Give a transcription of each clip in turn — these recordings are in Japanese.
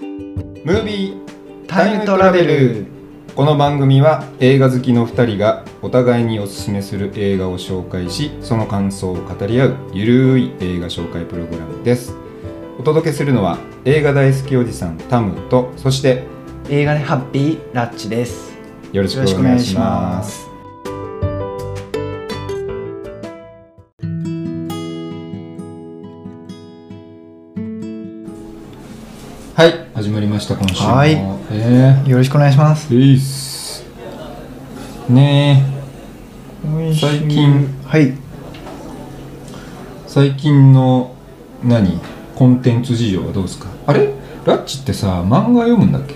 ムービータイムトラベルこの番組は映画好きの2人がお互いにおすすめする映画を紹介しその感想を語り合うゆるい映画紹介プログラムですお届けするのは映画大好きおじさんタムとそして映画でハッピーラッチですよろしくお願いしますはい始まりました今週もはいえよろしくお願いしますー、いいっすね最近はいえ最近の何コンテンツ事情はどうですかあれラッチってさ漫画読むんだっけ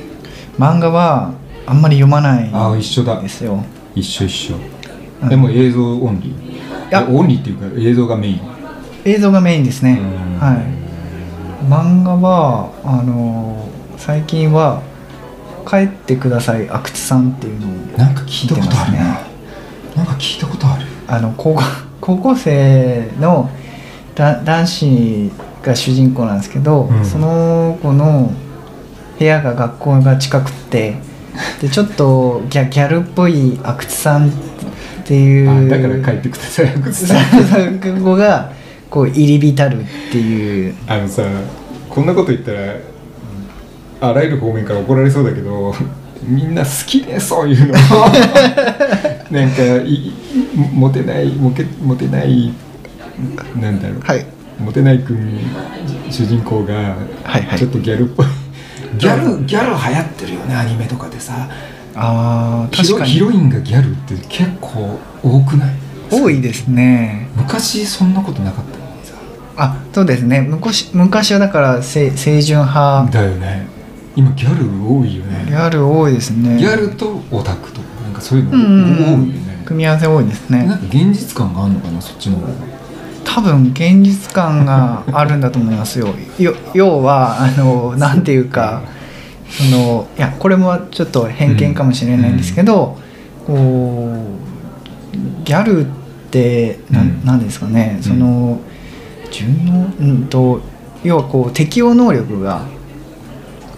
漫画はあんまり読まないああ一緒だですよ一緒一緒うんでも映像オンリーやえオンリーっていうか映像がメイン映像がメインですねうんはい漫画はあのー最近は「帰ってください阿久津さん」っていうのをなんか聞いたことある聞いてなまなんか聞いたことあるあの高校 高校生のだ男子が主人公なんですけど、うんその子の部屋が学校が近くってでちょっとギャギャルっぽい阿久津さんっていうあだから帰ってください阿久津 さん子がこう入り浸るっていうあのさこんなこと言ったらあらゆる方面から怒られそうだけどみんな好きでそういうの なんかいモテないモケモテないなんだろう、はいモテない君主人公がはいはいちょっとギャルっぽい、ギャルギャル流行ってるよねアニメとかでさあーヒ確ロかヒにロインがギャルって結構多くない多いですね昔そんなことなかったのにさあそうですね昔昔はだからせ清純派だよね今ギャル多いよねギャル多いですねギャルとオタクとかなんかそういうのうんうん多いようんね、組み合わせ多いですなんねか現実感があるのかなそっちの方が多分現実感があるんだと思いますよよ要はあのなんていうかそのいやこれもちょっと偏見かもしれないんですけど、こうギャルってなうんんなんですかね、んその順応うんと要はこう適応能力が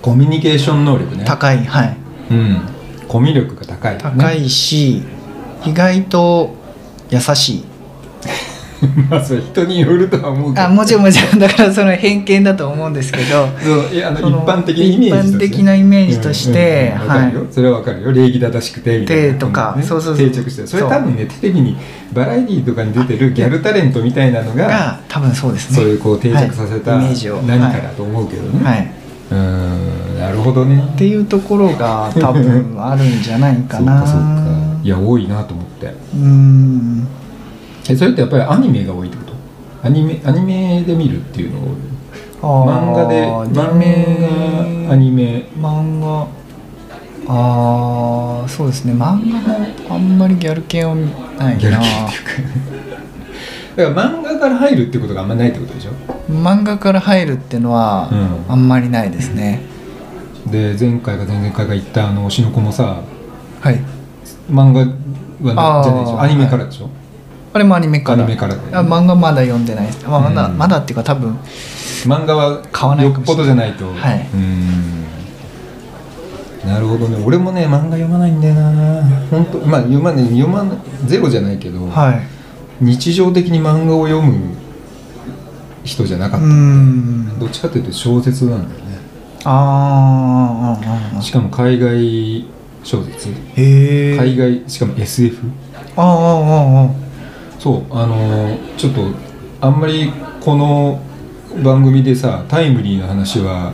コミュニケーション能力ね高い、はいうんコミュ力が高い、ね、高いし、意外と優しい まあそれ人によるとは思うけどあもちろんもちろんだからその偏見だと思うんですけどそういやあのその一般的なイメージとして一般的なイメージとしてうんうんうんわかるよはそれはわかるよ礼儀正しくてみたいなでとかねそうそうそう定着してるそれそう多分ねテレビにバラエティーとかに出てるギャルタレントみたいなのがが多分そうですねそういうこう定着させたはいイメー何ジをかだと思うけどね、はい、はい、うーんなるほどねっていうところが多分あるんじゃないか なそうかそうかいや多いなと思ってうーんえそれってやっぱりアニメが多いってことアニメアニメで見るっていうのが多いあ漫画でー漫画がアニメ漫画ああそうですね漫画もあんまりギャル系は見ないギャルな系っていうかだから漫画から入るってことがあんまないってことでしょ漫画から入るってのはうんあんまりないですね、で前回か前々回が言ったあの推しの子もさはい漫画はなあーじゃないでしょアニメからでしょ、あれもアニメからアニメからだよねあ漫画まだ読んでないです、まあ、まだ、うんまだっていうか多分漫画は買わないよかっもしれないぽどじゃないとはいうーんなるほどね俺もね漫画読まないんだよな本当まあ読まない読まないゼロじゃないけど、はい日常的に漫画を読む人じゃなかうっーた、んどっちかというと小説なんだよねあーあーあーあしかも海外小説ーへえ海外しかも SF ああああそうあのーちょっとあんまりこの番組でさタイムリーな話は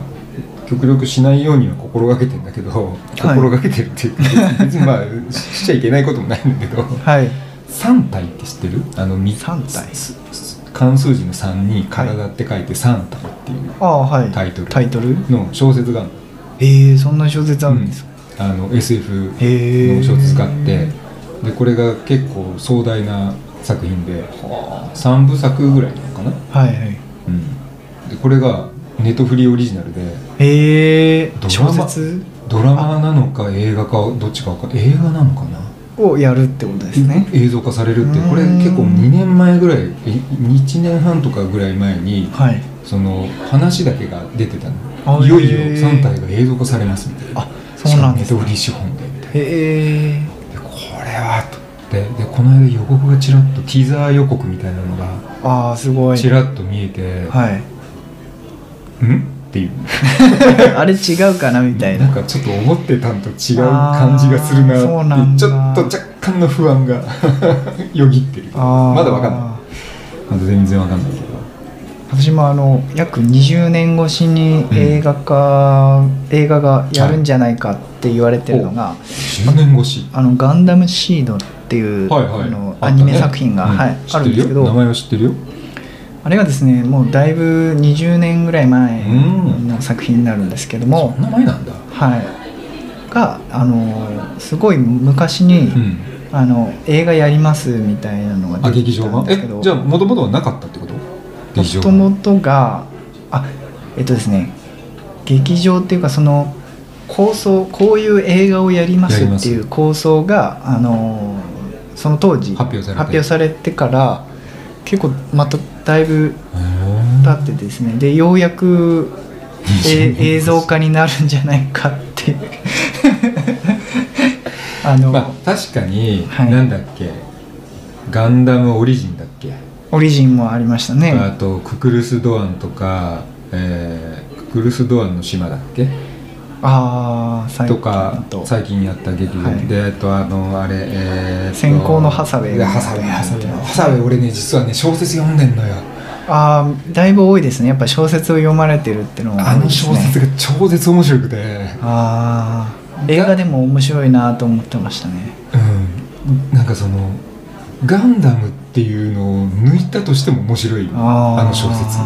極力しないようには心がけてんだけど、心がけてるっていうか別にまあししちゃいけないこともないんだけどああはい三体って知ってるあのみ三体すす漢数字の3に「体」って書いて「三体」っていうああはいタイトルタイトルの小説があるのええそんな小説あるんですか、うんあの SF へーの小説があってでこれが結構壮大な作品で3部作ぐらいなのかな、はいはいうん、でこれがネットフリーオリジナルでええドラ小マ説ドラマなのか映画かどっちかわかん映画なのかなをやるってことですね映像化されるってこれうーん結構2年前ぐらい1年半とかぐらい前にはいその話だけが出てたあのいよいよへー3体が映像化されますみたいなあそうなんですしかねも手取り資本でみたいなへえでこれはと思ってでこの間予告がちらっとティザー予告みたいなのがああすごいちらっと見えて、はい んっていうあれ違うかなみたいななんかちょっと思ってたんと違う感じがするなあーそうなっんてだちょっと若干の不安が よぎってるあーまだわかんないまだ全然わかんないけど私もあの約20年越しに映画化、映画がやるんじゃないかって言われてるのが、 10年越しあのガンダムシードっていう、はいはいあのあアったねニメ作品が、うんはい、知あっるてるんですけよ名ど前は知ってるよあれがですねもうだいぶ20年ぐらい前うんの作品になるんですけどそもん、な前なんだはい、があのすごい昔に、うんあの映画やりますみたいなのがあ出劇てき場たん版ですけえどじゃあもともとはなかったってことも劇場と版もとがあえっとですね劇場っていうかその構想こういう映画をやりますやりまっすていう構想があのーその当時発表されてれてから結構まただいぶへー経ってですねでようやく20年 越しえ映像化になるんじゃないかって あの、まあ確かに、はいなんだっけガンダムオリジンだっけオリジンもありましたねあとククルス・ドアンとか、えーククルス・ドアンの島だっけああ最と近だかと最近やった劇場はいで、えっとあのあれ、えーと先行のハサウェイでハサウェイハサウェイハサウェイ俺ね実はね小説読んでんのよあーだいぶ多いですねやっぱ小説を読まれてるってのはあ多いでのす小ね説が超絶面白くてああ映画でも面白いなと思ってましたねうんなんかそのガンダムっていうのを抜いたとしても面白いあーあの小説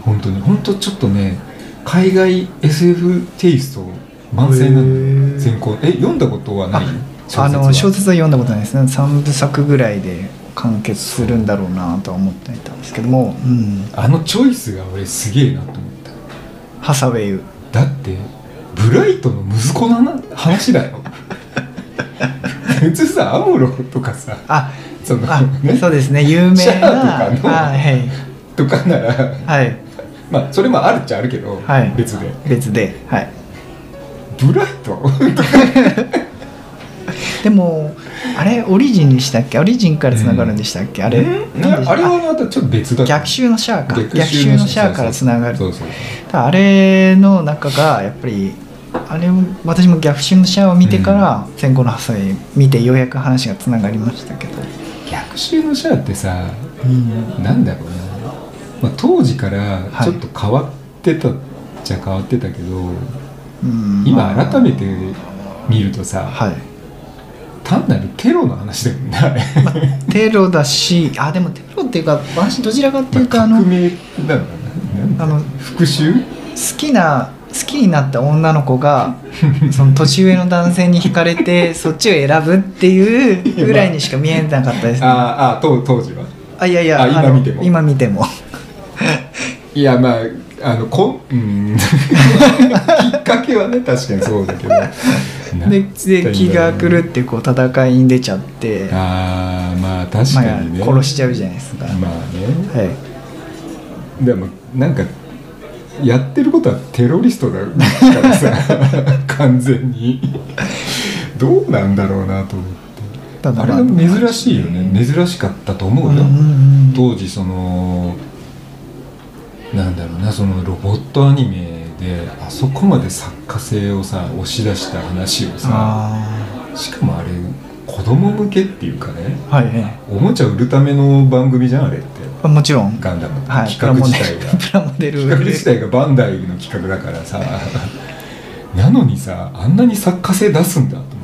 本当に本当ちょっとね海外 SF テイスト満載なへのー全校え読んだことはないあの小は説は読んだことないですね3部作ぐらいで完結するんだろうなとは思っていたんですけども、うん、あのチョイスが俺すげえなと思ったハサウェイだってブライトの息子のな話だよ普通さアムロとかさあそのあ、ねそうですね有名シャなアとかのはいとかならはいまあそれもあるっちゃあるけど、はい別で別ではいブライトでもあれオリジンでしたっけオリジンからつながるんでしたっけ、あれなあれはまたちょっと別だ逆襲のシャアか逆襲のシャアからつながるそうそうただあれの中がやっぱりあれも私も逆襲のシャアを見てから戦後のハサウェイ見てようやく話がつながりましたけど、逆襲のシャアってさうんなんだろうな、まあ、当時からちょっと変わってたっちゃ変わってたけど、うん今まあ改めて見るとさ、はい、単なるテロの話だよね、まあ、テロだしあでもテロっていうか私どちらかっていうと革 あの好命なのかななあんの復讐きな好きになった女の 子がその年上の男性に惹かれてそっちを選ぶっていうぐらいにしか見えなかったですね。 あーあー当当時はあいやいやあ今の見ても今見てもいやまああのこんうんきっかけはね確かにそう だけどでで気が狂ってこう戦いに出ちゃって、ああまあ確まかあにね、殺しちゃうじゃないですか、まあねはいでもなんかやってることはテロリストだからさ 完全にどうなんだろうなと思ってただあれまは珍しいよね珍しかったと思ううんうよ、んうん当時そのなんだろうなそのロボットアニメであそこまで作家性をさ押し出した話をさあしかもあれ子供向けっていうかねあはいえおもちゃ売るための番組じゃんあれってえもちろん、ガンダム、はい、企画自体がプラモデル プラモ企画デル自体がバンダイの企画だからさなのにさあんなに作家性出すんだと思って、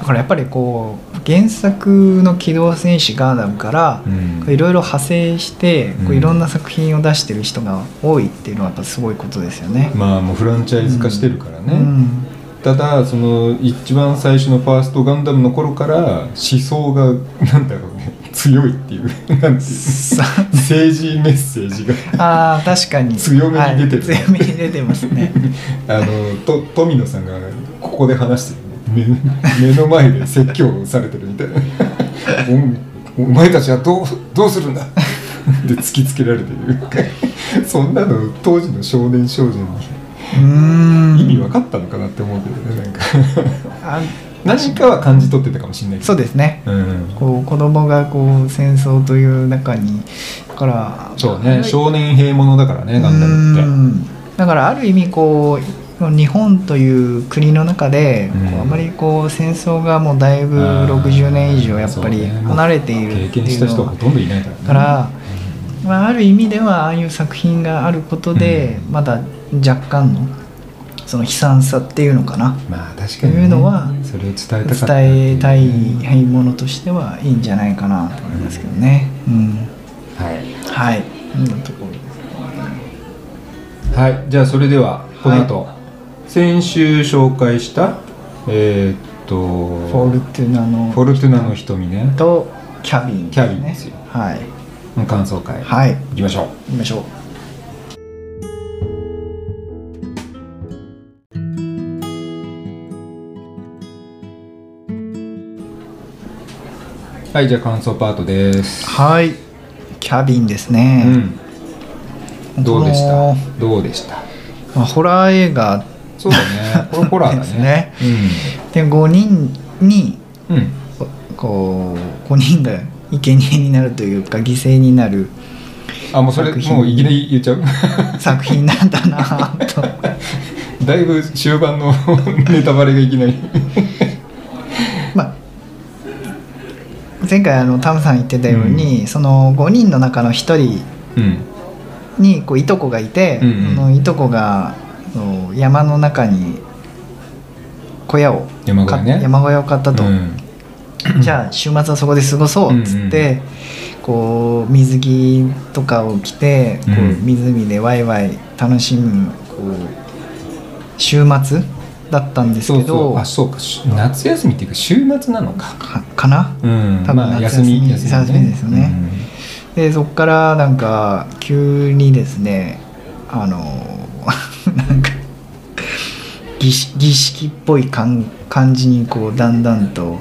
だからやっぱりこう原作の「機動戦士ガンダム」からうんこういろいろ派生してこううんいろんな作品を出してる人が多いっていうのはやっぱすごいことですよね。まあもうフランチャイズ化してるからね、うん ただその一番最初のファーストガンダムの頃から思想がなんだろうね強いっていうなんていうさ政治メッセージがあー確かに強めに出てるはい強めに出てますね あのと富野さんがここで話してる、ね、目目の前で説教されてるみたい なおお前たちはどうどうするんだ で突きつけられてるそんなの当時の少年少女にうん意味分かったのかなって思うけどねなんか あ何かは感じ取ってたかもしれないけどそうですねうん、こう子供がこう戦争という中にだからそうね少年兵ものだからねガンダうムってんだからある意味こう日本という国の中で、うんこうあまりこう戦争がもうだいぶ60年以上やっぱそうりね離れている経って験しいたう人のははほとんどいないからねから、まあ、ある意味ではああいう作品があることで、まだ若干のその悲惨さっていうのかなまあ確かに、ね、というのはそれを伝えたかったって伝いうえたいはいものとしてはいいんじゃないかなと思いますけどね。うん、はい、はい、こんなところですはい、じゃあそれではこの後、先週紹介したえーっとフォフルトゥナのォルトゥナの瞳ねとキャビン、キャビンですよはいの感想会、い、はい行きましょう行きましょうはいじゃあ感想パートです、はいキャビンですうね、ん、どうでしたどうでしたた、まあ、ホラー映画そう だねこれホラーだですねねで5人にうん、うん、ここう5人が生贄になるというか犠牲になるあもうそれ作品もういきなり言っちゃう 作品なんだなとだいぶ終盤の ネタバレがいきなりまあ前回あのタムさん言ってたように、その5人の中の1人うんにこういとこがいて、うんうんそのいとこがその山の中に小屋を山小屋ねか山小屋を買ったと、うん じゃあ週末はそこで過ごそうっつって、こう水着とかを着てこううん湖でワイワイ楽しむこう週末だったんですそけうそうどあそうかし夏休みっていうか週末なのかかかなうん多分まあ夏休休みみ休みですよねでそっからなんか急にですねあの なんか儀式儀式っぽい感感じにこうだんだんと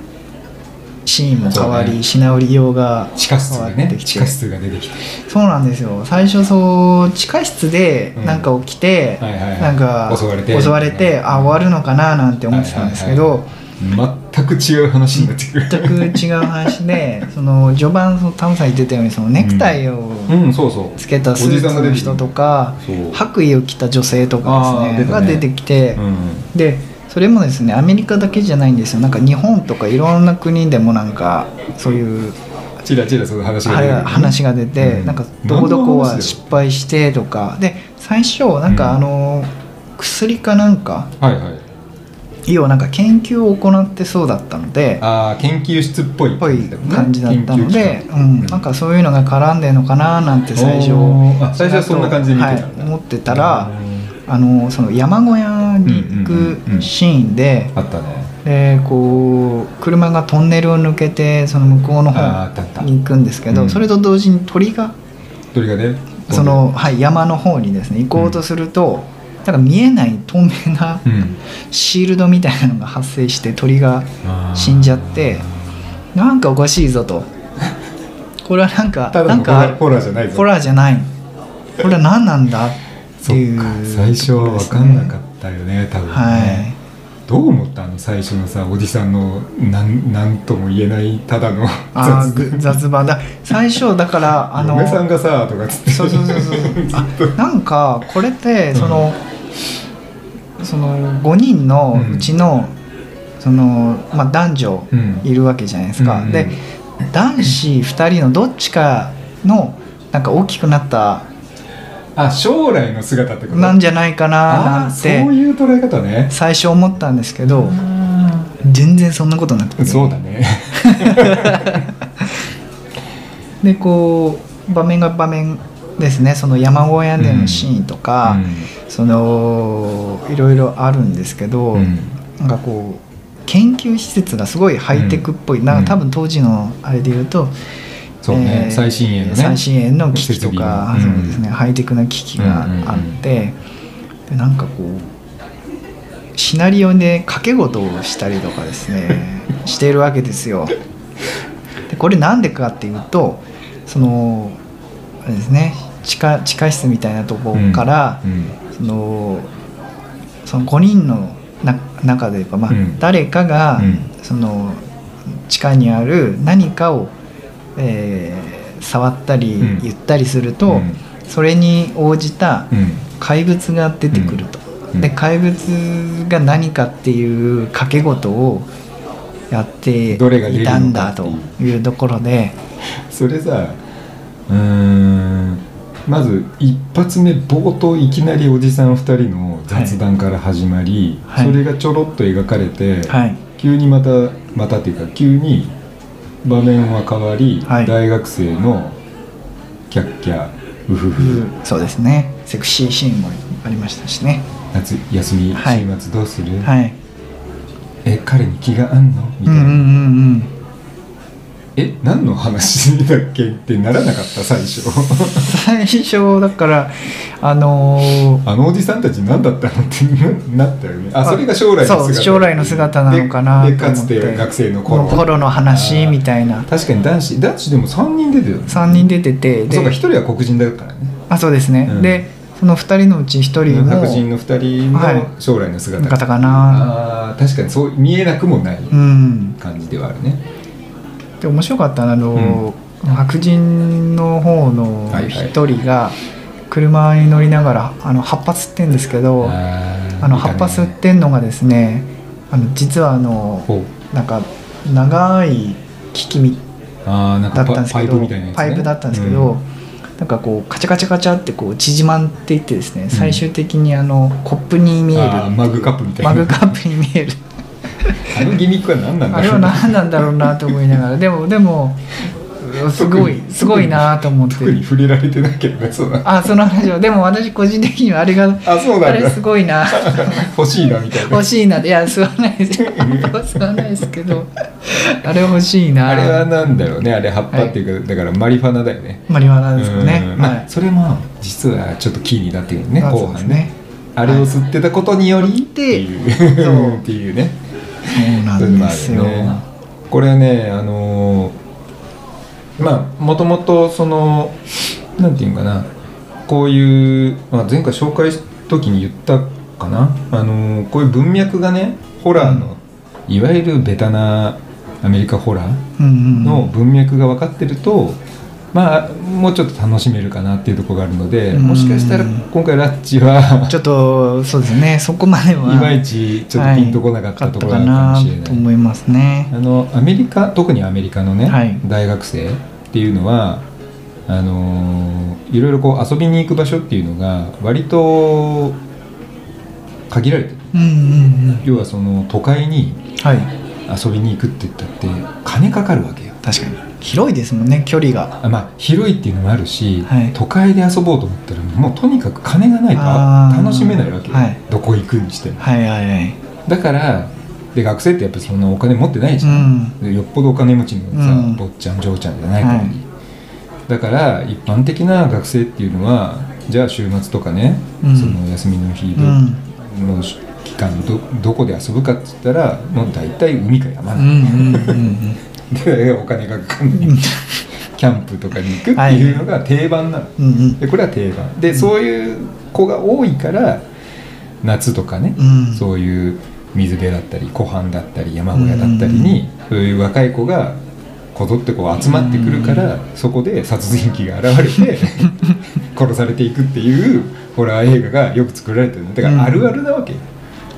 シーンも変わそうり、ねしなおりようがうん地下室が変わっねてきて地下室が出てきてそうなんですよ最初そう地下室でうんなんか起きて、はいはいはいなんか襲われて襲われてあ終わるのかななんて思ってたんですけど、はいはい全く違う話になってくる全く違う話でその序盤そのタムさん言ってたようにそのネクタイをうんそうそうつけたスーツの人とかおじさんが出てくるそう白衣を着た女性とかですねあーが出出たねてきて、うんでそれもですねアメリカだけじゃないんですよなんか日本とかいろんな国でもなんかそういうチラチラその話が出てくるは話が出て、うんなんかどこどこは失何敗してとかで最初なんかあの、薬かなんかの話だよはいはい要はなんか研究を行ってそうだったのであー研究室っぽいぽい感じだったので研究、室うん、なんかそういうのが絡んでるのかななんて最初おーあ最初はそんな感じで見てたんだはい思ってたらうんあのその山小屋に行うんうんうんうんくシーンであったねでこう車がトンネルを抜けてその向こうのあーあったあった方に行くんですけど、うんそれと同時に鳥が鳥がねその、はい、山の方にですね行こうとすると、なんか見えない透明なうんシールドみたいなのが発生して鳥が死んじゃってなんかおかしいぞとこれはなんかただなのんホラかーホラーじゃないぞホラーじゃないこれは何なんだっそてっいうか最初は分かんなかっったよね多分ね、はいどう思ったの最初のさおじさんのなんなんとも言えないただのあーぐ雑談だ最初だからあの嫁さんがさとかつってそうそうそう そうあなんかこれってその、その5人のうちの、そのまあ、男女うんいるわけじゃないですか、うんうんで男子2人のどっちかのなんか大きくなったあ将来の姿ってことなんじゃないかななあーんそうていう捉え方ね最初思ったんですけど全然そんなことなくてそうだねでこう場面が場面ですねその山小屋でのシーンとか、そのいろいろあるんですけど、うんなんかこう研究施設がすごいハイテクっぽい、うんなんか多分当時のあれで言うと、そうね最新鋭のね最新鋭の機器設とか、備のうんそうですねハイテクな機器があって、でなんかこうシナリオで掛け事をしたりとかです ねしているわけですよ。でこれなんでかっていうとそのあれですね地下地下室みたいなところから、うんそのその5人のな中で、まあうん誰かが、うんその地下にある何かを、えー触ったり、うん言ったりするうと、んそれに応じたうん怪物が出てくると、うんで怪物が何かっていう掛け事をやってどれが出いるのたかんだというところでそれさうーんまず一発目冒頭いきなりおじさん2人の雑談から始まり、はいそれがちょろっと描かれて、はい急にまたまたっていうか急に場面は変わり、はい大学生のキャッキャウフフ、そうですねセクシーシーンもありましたしね夏休み、はい週末どうする、はいえ彼に気があんのみうたいんうな、んうんうんえ何の話だっけってならなかった最初最初だからあのーあのおじさんたち何だったのってななったよねあそれが将来の姿そう将来の姿なのかなででとか思つってて学生の頃の頃の話みたいな確かに男子男子でも3人出てる3人出ててでそうか1人は黒人だからねあそうですね、うんでその2人のうち1人も白人の2人はいの将来の姿、方かなあー確かにそう見えなくもないうん感じではあるね、で面白かったなあの、白人の方のはいはい一人が車に乗りながらあの8発ってんですけどああの8発ってんのがですねあの実はあのほうなんか長い機器みあーなんかだっパたんですパけイどプみたいなやつ、ね、パイプだったんですけうどなんかこうカチャカチャカチャってこう縮まっていってですね最終的にあのコップに見えあーるマグカップみたいなマグカップに見えるあのギミックは何なんだあろれうは何なんだろうなと思いながらでもでもすご特いにすごいなと思って 特に触れられてないけどねそうだあその話はでも私個人的にはあれがあそうあなんれだすごいな 欲しいなみたいな欲しいないや吸わない ですよ吸わないですけどあれ欲しいなあれはなんだろうねあれ葉っぱっていうか、だからマリファナだよねマリファナですかねうんはまあ、いそれも実はちょっとキーになってくるねあ後そうです半ねあれを吸ってたことによりっていうそう っていうねそうなそうんいうのでもあするよよねこれねあのーまあもともとそのなんていうんかなこういう、まあ、前回紹介した時に言ったかな、あのーこういう文脈がねホラーの、いわゆるベタなアメリカホラーうんうんの文脈が分かってると、まあもうちょっと楽しめるかなっていうところがあるので、うんもしかしたら今回ラッチはちょっとそうですねそこまではいまいちちょっとピンとこなかったところがあるかもしれかったなかなとい。思いますねあのアメリカ特にアメリカのね、はい大学生っていうのはあのーいろいろこう遊びに行く場所っていうのが割と限られてるうんうんうん要はその都会にはい遊びに行くって言ったって金かかるわけよ確かに広いですもんね距離があまあ広いっていうのもあるし、はい都会で遊ぼうと思ったらもうとにかく金がないとあー楽しめないわけよ、はいどこ行くにしてもはいはいはいだからで学生ってやっぱそんなお金持ってないじうゃん、んでよっぽどお金持ちのさ、うん坊ちゃん嬢ちゃんじゃない限り、はいだから一般的な学生っていうのはじゃあ週末とかね、うんその休みの日うでんの期間どどこで遊ぶかって言ったらもう大体海か山うなんんうだよんうんで お金がかかんないキャンプとかに行くっていうのが定番なの、うんうんでこれは定番で、そういう子が多いから夏とかね、うんそういう水辺だったり湖畔だったり山小屋だったりに、そういう若い子がこぞってこう集まってくるから、そこで殺人鬼が現 れて殺されていくっていうホラー映画がよく作られてるのだかうんらあるあるなわけよ、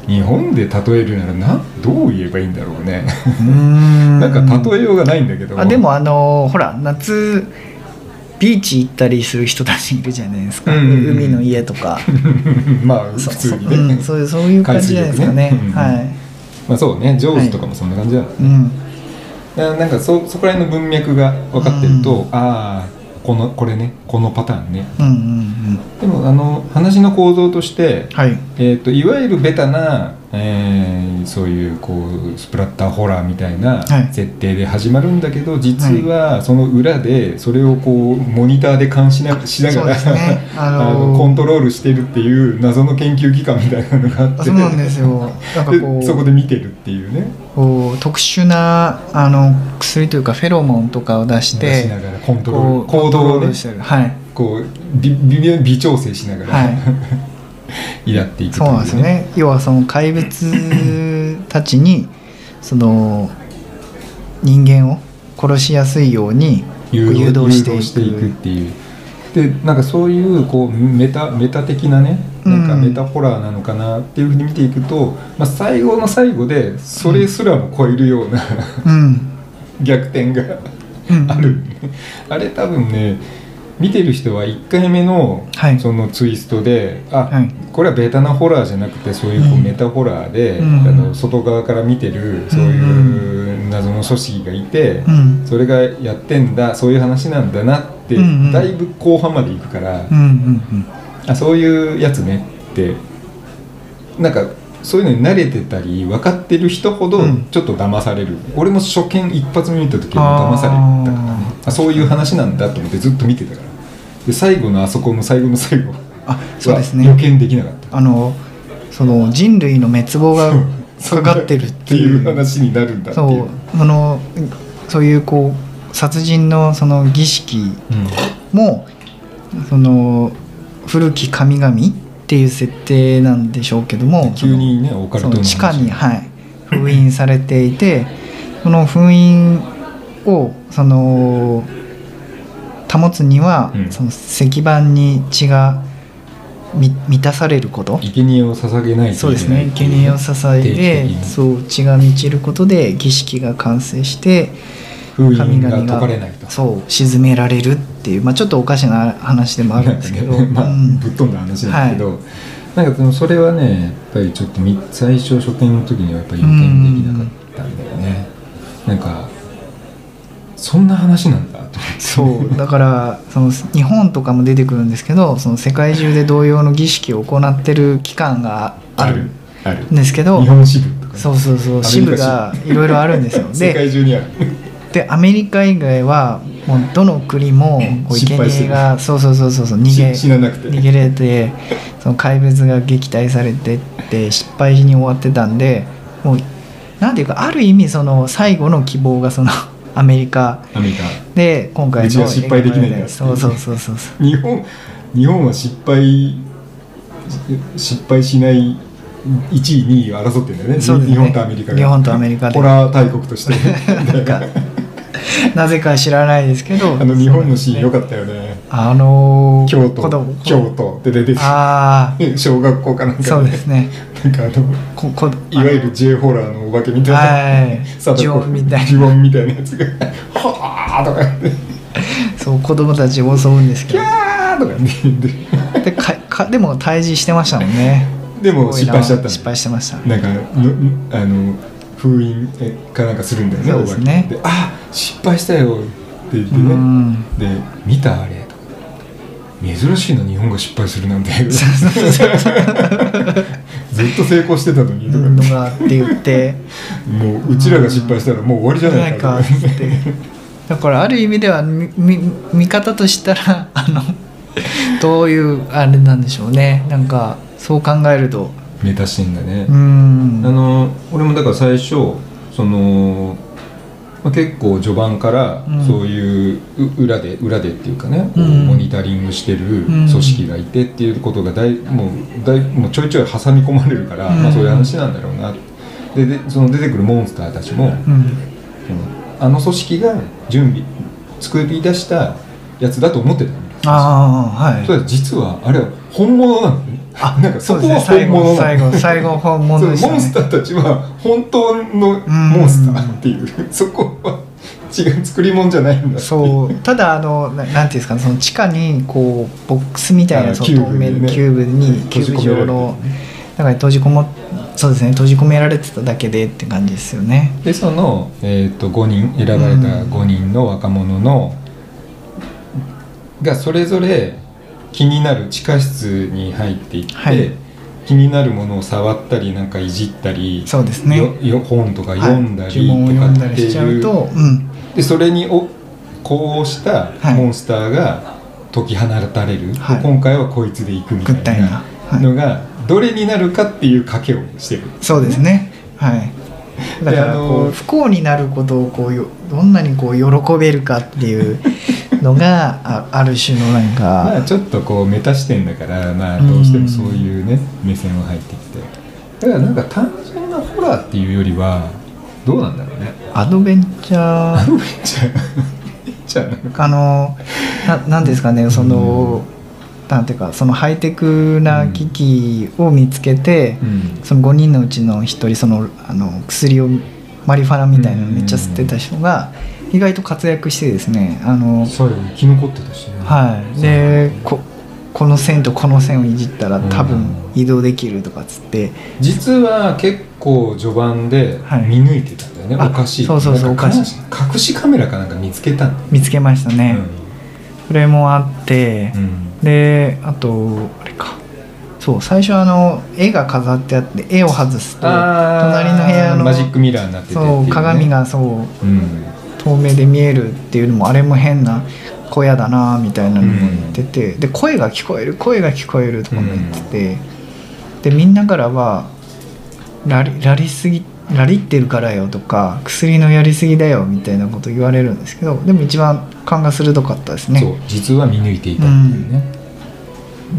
日本で例えるならなどう言えばいいんだろうねうんなんか例えようがないんだけどあでもあのーほら夏ビーチ行ったりする人たちいるじゃないですか、うんうんうん海の家とか ま あ普そ通にそ,、うねん、そういうそういう感じじゃないですかね海水浴ねはまあそうねジョーズとかもそんな感じだ、い、うん、ななんかそそこら辺の文脈が分かってると、うああこのこれねこのパターンねうんうんでもあの話の構造として、うんはいえー、といわゆるベタな、えーそういうこうスプラッターホラーみたいなはい設定で始まるんだけど、実はその裏でそれをこうモニターで監視なしながら、そうですね ああののーコントロールしてるっていう謎の研究機関みたいなのがあってあそうなんですよなんかでこうそこで見てるっていうねこう特殊なあの薬というかフェロモンとかを出し出してながらコントローこルう行コント動ロをーねルしてるはいこうび微妙に微調整しながら、は やっていくとそういなんですよね要はその怪物たちにその人間を殺しやすいように誘導誘導していくいくっていうでなんかそういうこうメタメタ的なねなんかうんメタホラーなのかなっていうふうに見ていくと、まあ、最後の最後でそれすらも超えるようなうん、逆転がうん、ある、あれ多分ね見てる人は1回目のはいそのツイストで、あ、はいこれはベタなホラーじゃなくてそういうこううんメタホラーで、うんあの外側から見てるそういう謎の組織がいて、うんそれがやってんだそういう話なんだなって、うんうんだいぶ後半までいくから、うんうんうんあそういうやつねってなんかそういうのに慣れてたり分かってる人ほどうんちょっと騙される、俺も初見一発目見た時は騙されたからねあそういう話なんだと思ってずっと見てたからで最後のあそこの最後の最後はあそうですね予見できなかったあのその人類の滅亡がかかってるっ ってていいうう話になるんだっていうそうそのそういうこう殺人のその儀式うんもその古き神々っていう設定なんでしょうけども急にねオカルそトののその地下に、話はい、封印されていてその封印をその保つには、うんその石板に血が満満たされること生贄を捧げないといけないっていそうですね生贄を支定え期的てにそう血が満ちることで儀式が完成して封印が解かれないとそう沈められるっていう、まあ、ちょっとおかしな話でもあるんですけど、なんかね まあうんぶっ飛んだ話なんですけど、なんかでもそれはねやっぱりちょっとみ最初初見の時にはやっぱり予見できなかったんだよね、なんかそんな話なんだと思ってそうだからその日本とかも出てくるんですけどその世界中で同様の儀式を行ってる機関があるあるんですけど日本支部とかね、そうそうそアメリカう支部がいろいろあるんです よ世で界中にあるでアメリカ以外はもうどの国もこう失生敗して贄るがそうそうそうそうそう逃げし死ななくて逃げれてその怪物が撃退されてって失敗に終わってたんでもうなんていうかある意味その最後の希望がその アメリカアメリカで今回のうちは失敗できないんだそうそうそうそうそう日本日本は失敗失敗しない1位2位を争ってるんだよねそうですね日本とアメリカが日本とアメリカでホラー大国としてなん かなぜか知らないですけどあの日本のシーン良っかったよね。たあのー京子都供、京都って出てきあて、小学校かなんかあそうですねなんかあの、ここいわゆる J ホラーのお化けみたいはいな、貞子呪音みたいな呪音みたいなやつが、はーとか言って、そう子供たちを襲うんですけキどャーとか言って、でかかでも退治してましたもんねでもす失ごい敗なしちゃったの失敗してましたなんかのあの封印かなんかするんだよねそうですねお化けってあ失敗したよって言ってうねんで「見たあれ」とか「珍しいな日本が失敗するなんて」 ずっと成功してたのに」とかのがって言ってもううちらが失敗したらもう終わりじゃなないいかとかっかつ ってだからある意味ではみみ見方としたら あのどういうあれなんでしょうねなんかそう考えるとメタシーンだねうー、んあの俺もだから最初その、まあ、結構序盤からうんそういうう裏で裏でっていうかね、こううんモニタリングしてるうん組織がいてっていうことがだいもうだいもうちょいちょい挟み込まれるから、うんまあ、そういう話なんだろうなででその出てくるモンスターたちも、うんそのあの組織が準備作り出したやつだと思ってたのああはいそうだ実はあれは本物なのねあなんかそこうではすね本物な最の後最後最後本そ物うでしたねモンスターたちは本当のモンスターっていう そこは違う作り物じゃないんだっていうそうただあのななんていうんですかねその地下にこうボックスみたいあなーそのキュー透ブにね明のキューブにキ閉ュじー込ブめられて状のだから閉じこもそうですね閉じ込められてただけでって感じですよねでその、えー、と5人選ばれた5人の若者の、がそれぞれ気になる地下室に入っていって、はい気になるものを触ったりなんかいじったり、そうですねよよ本とかはい読んだり呪文をと読かんっだりてしちゃいううとうんでそれにお呼応したはいモンスターが解き放たれる、はい今回はこいつで行くみぐったたいりなな、のが、どれになるかっていう賭けをしてるそうですねはいだかであらのこう不幸になることをこうよどんなにこう喜べるかっていうのがあある種のなんまあかちょっとこうメタ視点だからまあどうしてもそういうね目線は入ってきてだからなんか単純なホラーっていうよりはどうなんだろうねアドベンチャあーのめっちゃ いいじゃんあのななんですかねその、なんていうかそのハイテクな機器を見つけて、うんその5人のうちの1人そのあの薬をマリファナみたいなのめっちゃ吸ってた人が意外と活躍してですねあの、最後生き残ってたしねはい、でここの線とこの線をいじったら多う分ん移動できるとかっつって、実は結構序盤ではい見抜いてたんだよね、あおかしいそうそうそうなんかおかしい隠しカメラかなんか見つけたんだよ見つけましたね、ねそれもあって、うんであとあれかそう最初あの絵が飾ってあって絵を外すとあー隣の部屋のマジックミラーになっててっていそうね鏡がそううん透明で見えるっていうのもあれも変な小屋だなみたいなのも言ってて、で声が聞こえる声が聞こえるとかも言ってて、でみんなからはラリラリすぎラリってるからよとか薬のやりすぎだよみたいなこと言われるんですけどでも一番感が鋭かったですね。そう実は見抜いていたっていうね、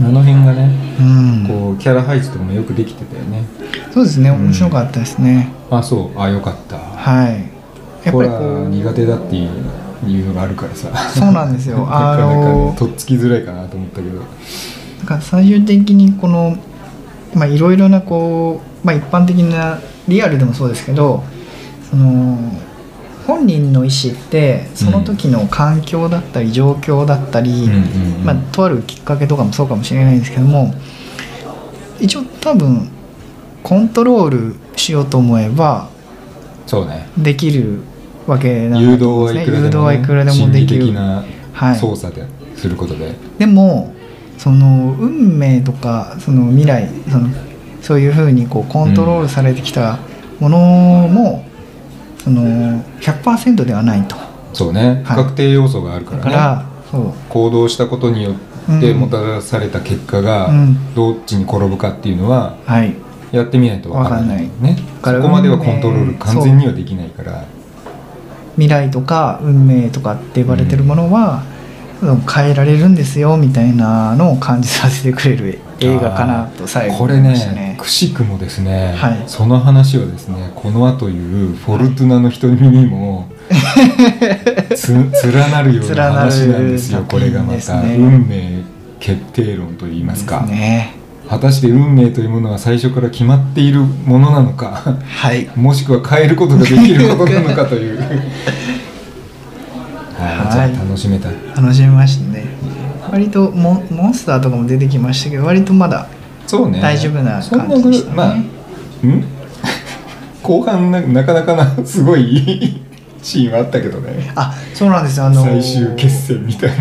あの辺がねうん、こうキャラ配置とかもよくできてたよねそうですねうん面白かったですね、あそうあよかったはいやっホぱりラこーう苦手だっていういうのがあるからさそうなんですよ なあかなかねのとっつきづらいかなと思ったけどなんか最終的にこのまあいろいろなこう、まあ、一般的なリアルでもそうですけどその本人の意思ってその時の環境だったり状況だったり、うんうんうんまあ、とあるきっかけとかもそうかもしれないんですけども一応多分コントロールしようと思えばそうねできるわけなん誘だ導と思うんはいですくらでも、ねね、誘導はいくらでもでき心理的るなはい操作ですることで、でもその運命とかその未来そのそういうふうにこうコントロールされてきたものも、その100%ではないとそうね不はい確定要素があるかだらね、から、そう行動したことによってもたらされた結果がうんどっちに転ぶかっていうのははいやってみないとわからないわかねだからそこまでは運命コントロール完全にはできないから未来とか運命とかって呼ばれてるものは、その変えられるんですよみたいなのを感じさせてくれる映画かなと最後こ思れいましたねくしくもですね、はいその話はですねこの後いう「フォルトゥナの瞳」に も、つ連なるような話なんですよこ連なる作品れがまですた、ね運命決定論といいますかですね果たして運命というものは最初から決まっているものなのか はいもしくは変えることができることなのかと いうはいじゃあはい楽しめた楽しみましたね割とモンモンスターとかも出てきましたけど割とまだそうね大丈夫なそん感じでしたねぐまあ ん後半ななかなかなすごいいいシーンはあったけどね、あそうなんですよあの最終決戦みたいな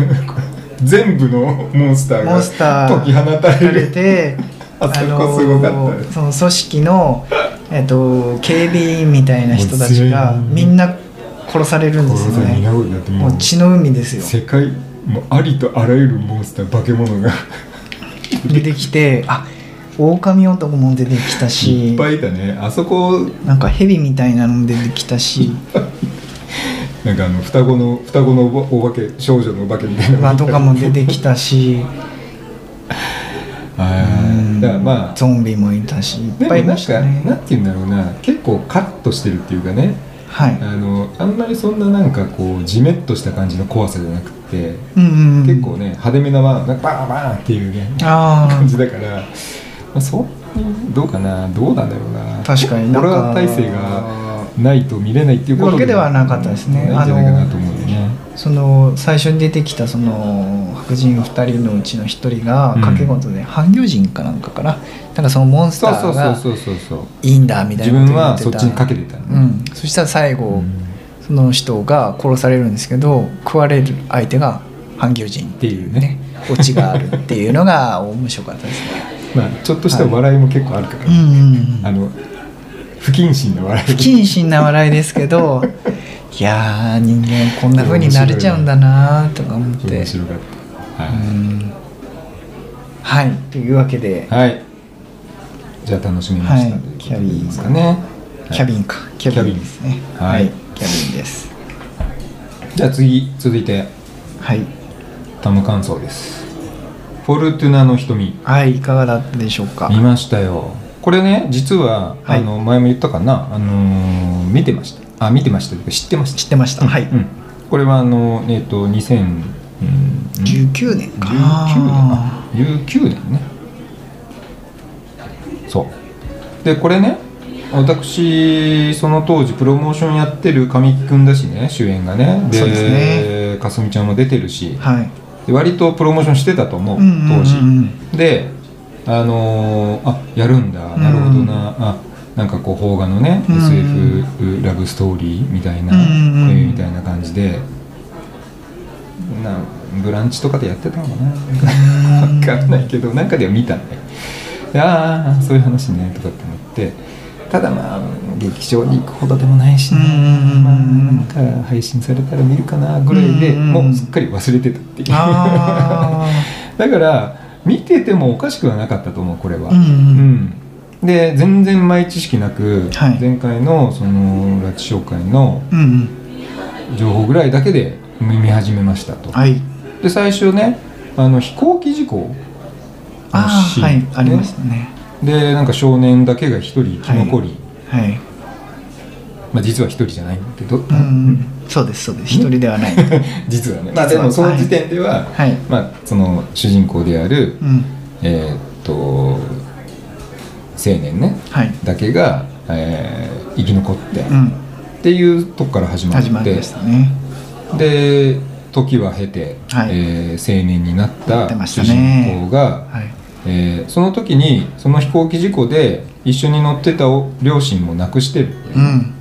全部のモンスターモンスタがー解き放たれるてあそこすごかったねあのその組織の、えっと、警備員みたいな人たちがもう全員みんな殺されるんですよ殺されるね苦いだってももうう血の海ですよ世界もうありとあらゆるモンスター化け物が出てきてあ狼男も出てきたいっしぱいいたねあそこなんか蛇みたいなのも出てきたしなんかあの双子の双子のおばお化け少女のお化けみたいなの馬とかも出てきたしはいだからまあゾンビもいたしいっでもぱいいなまんしか、たねなんて言うんだろうな結構カットしてるっていうかねはいあのあんまりそんななんかこうジメッとした感じの怖さじゃなくて、うんうんうん、結構ね派手めなまあなんかバーンバーンっていうねあー感じだから、まあ、そうどうかなどうなんだろうな確かになんこかれは体制がないと見れないっていうことわけではなかったですねないんじゃないかなと思うよねその最初に出てきたその白人2人のうちの1人がうん掛け事で半魚人かなんかかな,、なんかそのモンスタそうそーうそうがそうそうそういいんだみたい自分なこと言はってたそっちにかけてたのうん、そしたら最後、うんその人が殺されるんですけど食われる相手が半魚人っってていうねオチがあるっていうのが 面白かったですね。まあちょっとした笑いも結構あるから、うんうんうんあの不謹慎な笑い不謹慎な笑いですけどいやー人間こんな風になれちゃうんだなーとか思って面。白かった、うはんはいというわけでい、はい、じゃあ楽しみました、はいということキャビンですかね、キャビンンかキャビンですねはいキャビンですじゃあ次続いてはいタム感想ですフォルトゥナの瞳はいいかがだったでしょうか見ましたよこれね実は、はあいの前も言ったかなあのー見てましたあ見てましたというか知ってまし知ってました、たはい、うんこれはあのえっ、と2000うん19 19年年かあ19年ねそうでこれね私その当時プロモーションやってる神木君だしね主演がねそうですねかすみちゃんも出てるしはいで割とプロモーションしてたと思ううんうんうん当時であのーあやるんだなるほどな、あなんかこう邦画のね、うん SF ラブストーリーみたいな、うんうんうんこういうみたいな感じでなブランチとかでやってたのかなうん分かんないけどなんかでは見たねでああそういう話ねとかって思ってただまあ劇場に行くほどでもないしね、うんまあなんか配信されたら見るかなぐらいで、うんうんうんもうすっかり忘れてたっていう ああだから見ててもおかしくはなかったと思うこれは、うんうんうんで全然前知識なく、はい前回のその拉致紹介のうんうん情報ぐらいだけで見始めましたと、はいで最初ねあの飛行機事故のあシあーンはねいありましたねでなんか少年だけが一人生き残り、はいまあ、実は一人じゃないんだけど、うんうんそうですそうです一人ではない 実はね、まあ、でもその時点では、はいまあ、その主人公である、うんえーっと青年ねはいだけが、えー生き残って、うっんていうとこから始まって始まりましたねで時は経て、はいえー青年になっなたってまし主た人ね公が、はいえーその時にその飛行機事故で一緒に乗ってたお両親も亡くしてる、うん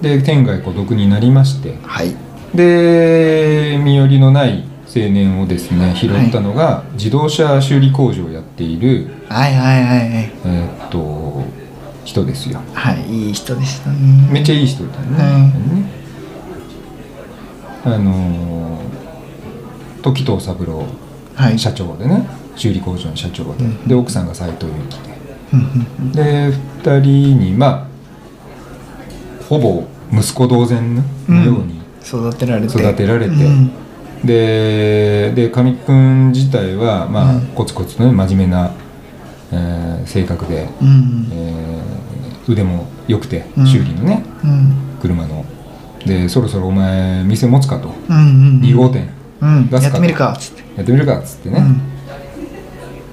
で天涯孤独になりましてはいで身寄りのない青年をですね拾ったのが、自動車修理工場をやっている、はいはいはいはいえーっと人ですよはいいい人でしたねめっちゃいい人だよね,、あのー時藤三郎はい社長でね修理工場の社長で、うんで奥さんが斎藤佑樹うんうんうんでで2人にまあほぼ息子同然のうんように、育てられて育てられてうんでで神木君自体は、まあうんコツコツとね真面目な、えー性格で、うんえー腕も良くて、うん修理のねうん車のでそろそろお前店持つかと、うんうん2号店うん出すかやってみるかつってやってみるかっつってうね、ん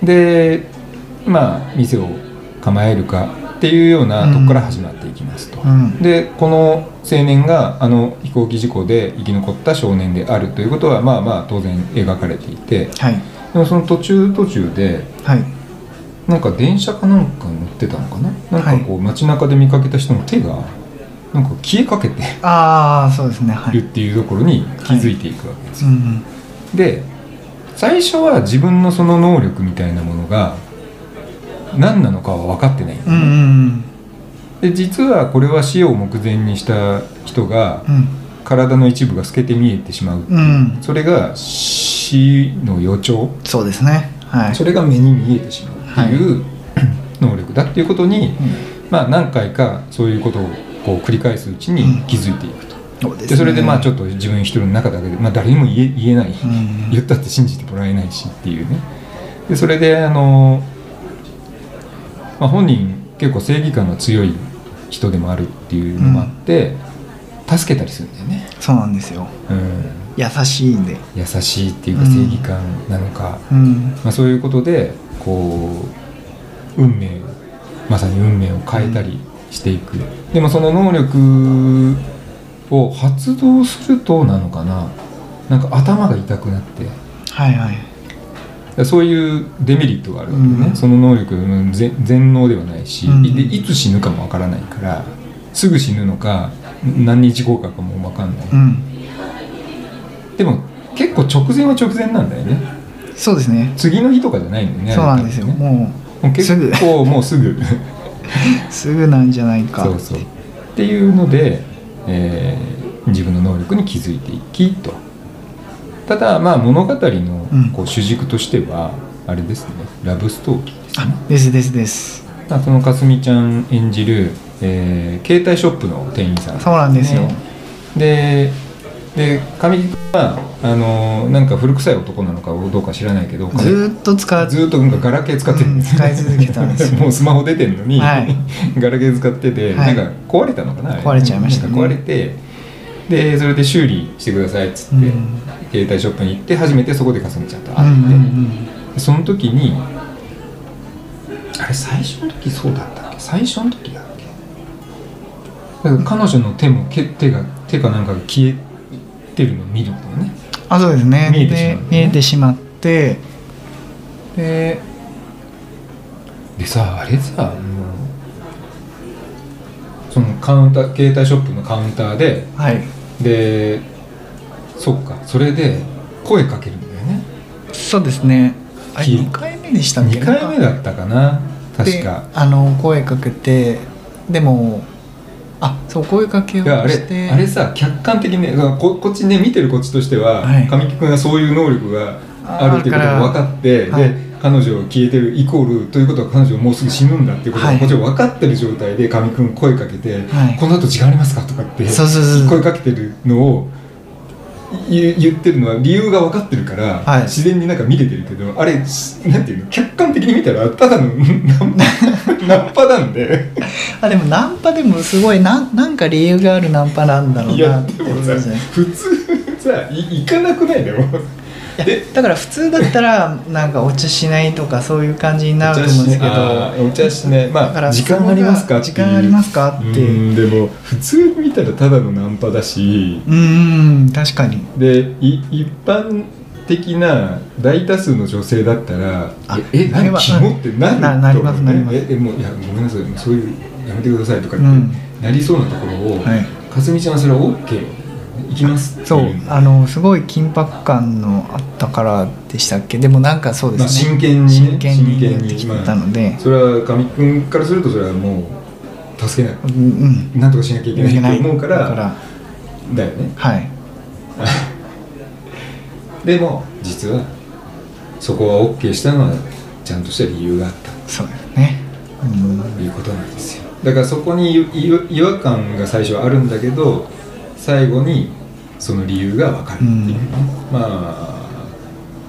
でまあ店を構えるかっていうようなとこから始まっていきますと、うんでこの青年があの飛行機事故で生き残った少年であるということはまあまあ当然描かれていてはいでもその途中途中ではいなんか電車かなんかに乗ってたのかななんかこう街中で見かけた人の手がなんか消えかけてああそうですねはいるっていうところに気づいていくわけですうよ、んうんで最初は自分のその能力みたいなものが何なのかは分かってないんだうよね、んで実はこれは死を目前にした人がうん体の一部が透けて見えてしまう、うんうんそれが死の予兆、そうですねはいそれが目に見えてしまうっていう、能力だっていうことに、まあ、何回かそういうことをこう繰り返すうちに気づいていくと、そうででそれでまあちょっっと自分一人の中だけで、まあ、誰にも言え言えない、とうん言ったって信じてもらえないしっていうねでそれであの、まあ、本人結構正義感が強い人でもあるっていうのもあって、助けたりするんだよね、そうなんですようん、優しいんで優しいっていうかうん正義感なのか、うんまあ、そういうことでこう運命まさに運命を変えたりしていく、でもその能力を発動するとなのかななんか頭が痛くなってはいはだいからそういうデメリットがあるわけね、うんその能力の全全能ではないし、うんでいつ死ぬかもわからないからすぐ死ぬのか何日後かかもわかんない、うんでも結構直前は直前なんだよねそうですね次の日とかじゃないんだよねそうなんですあよれ多分ねももう結構もうすぐうすぐなんじゃない かそうそうっていうので、えー自分の能力に気づいていきとただまあ物語のうんこう主軸としては、あれですねラブストーリーですねあですですですまあ、そのかすみちゃん演じる、えー携帯ショップの店員さんそうなんですよで、で神木君はあのなんか古臭い男なのかどうか知らないけどずーっと使っずーっとなんかガラケー使ってる、うん使い続けたんです よもうスマホ出てんのに、はい ガラケー使ってて、はいなんか壊れたのかなあれ壊れちゃいましたねなんか壊れてでそれで修理してくださいっつって、うん携帯ショップに行って初めてそこでかすみちゃんとうん会って、うんでその時にあれ最初の時そうだったっけ最初の時だっけだから彼女の手もけ手が手かなんかが消えてるのを見ることねあそうですね見えてしまうで見えてしまってででさあれさもうそのカウンター携帯ショップのカウンターではいでそっかそれで声かけるんだよねそうですねあれき2回目でしたっけ2回目だったかな確かであの声かけてでもあそう声かけをいやあしてれあれさ客観的にねここっちね見てるこっちとしては、はい神木君がそういう能力があるっていうことが分かってで、あーはい彼女を消えてるイコールということは彼女もうすぐ死ぬんだっていうことがはいもちろん分かってる状態で神木君声かけて、はいこの後時間ありますか?」とかってそうそうそう声かけてるのを言言ってるのは理由が分かってるから、はい自然になんか見れてるけどあれしなんていうの客観的に見たらただの ナンパなんで。あでもナンパでもすごいなんなんか理由があるナンパなんだろういやなってで思もうさじゃないですか普通さい行かなくないでもいやでだから普通だったらなんかお茶しないとかそういう感じになると思うんですけどあーお茶しないだまかあら時間ありますかってい時う間ありますかってうんでも普通に見たらただのナンパだしうーん確かにでい一般的な大多数の女性だったらあええあれ何は肝ってなるななりますと思うねなりえますえもういやごめんなさいそういうやめてくださいとかってうんなりそうなところを、はいかすみちゃんはそれは OK 行きますってそういうあのすごい緊迫感のあったからでしたっけでもなんかそうですまあ、ね真剣にね真剣にやってきてたので、まあそれは神木君からするとそれはもう助けないうんうんなんとかしなきゃいけないと思うからだからだよねはいでも実はそこは OK したのはちゃんとした理由があったそうですねうんということなんですよだからそこにいい違和感が最初はあるんだけど最後にその理由が分かるっていうね、まあ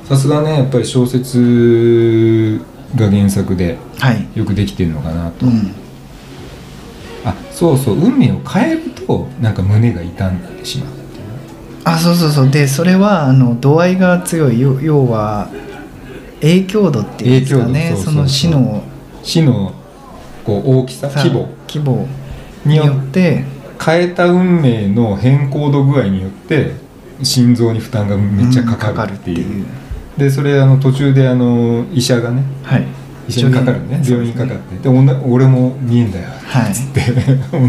さすがねやっぱり小説が原作ではいよくできてるのかなとうんあそうそう運命を変えるとなんか胸が痛んでしまうっていうねあそうそうそうでそれはあの度合いが強いよ要は影響度っていうんですかね影響度そそうそうそうの死の死のこう大きささ規模規模にによよっって変えた運命の変更度具合によって心臓に負担がめっちゃかかるっていう,、うんかかでそれあの途中であの医者がねはい医者にかかるね病院にかかってでおな俺も見えんだよはいって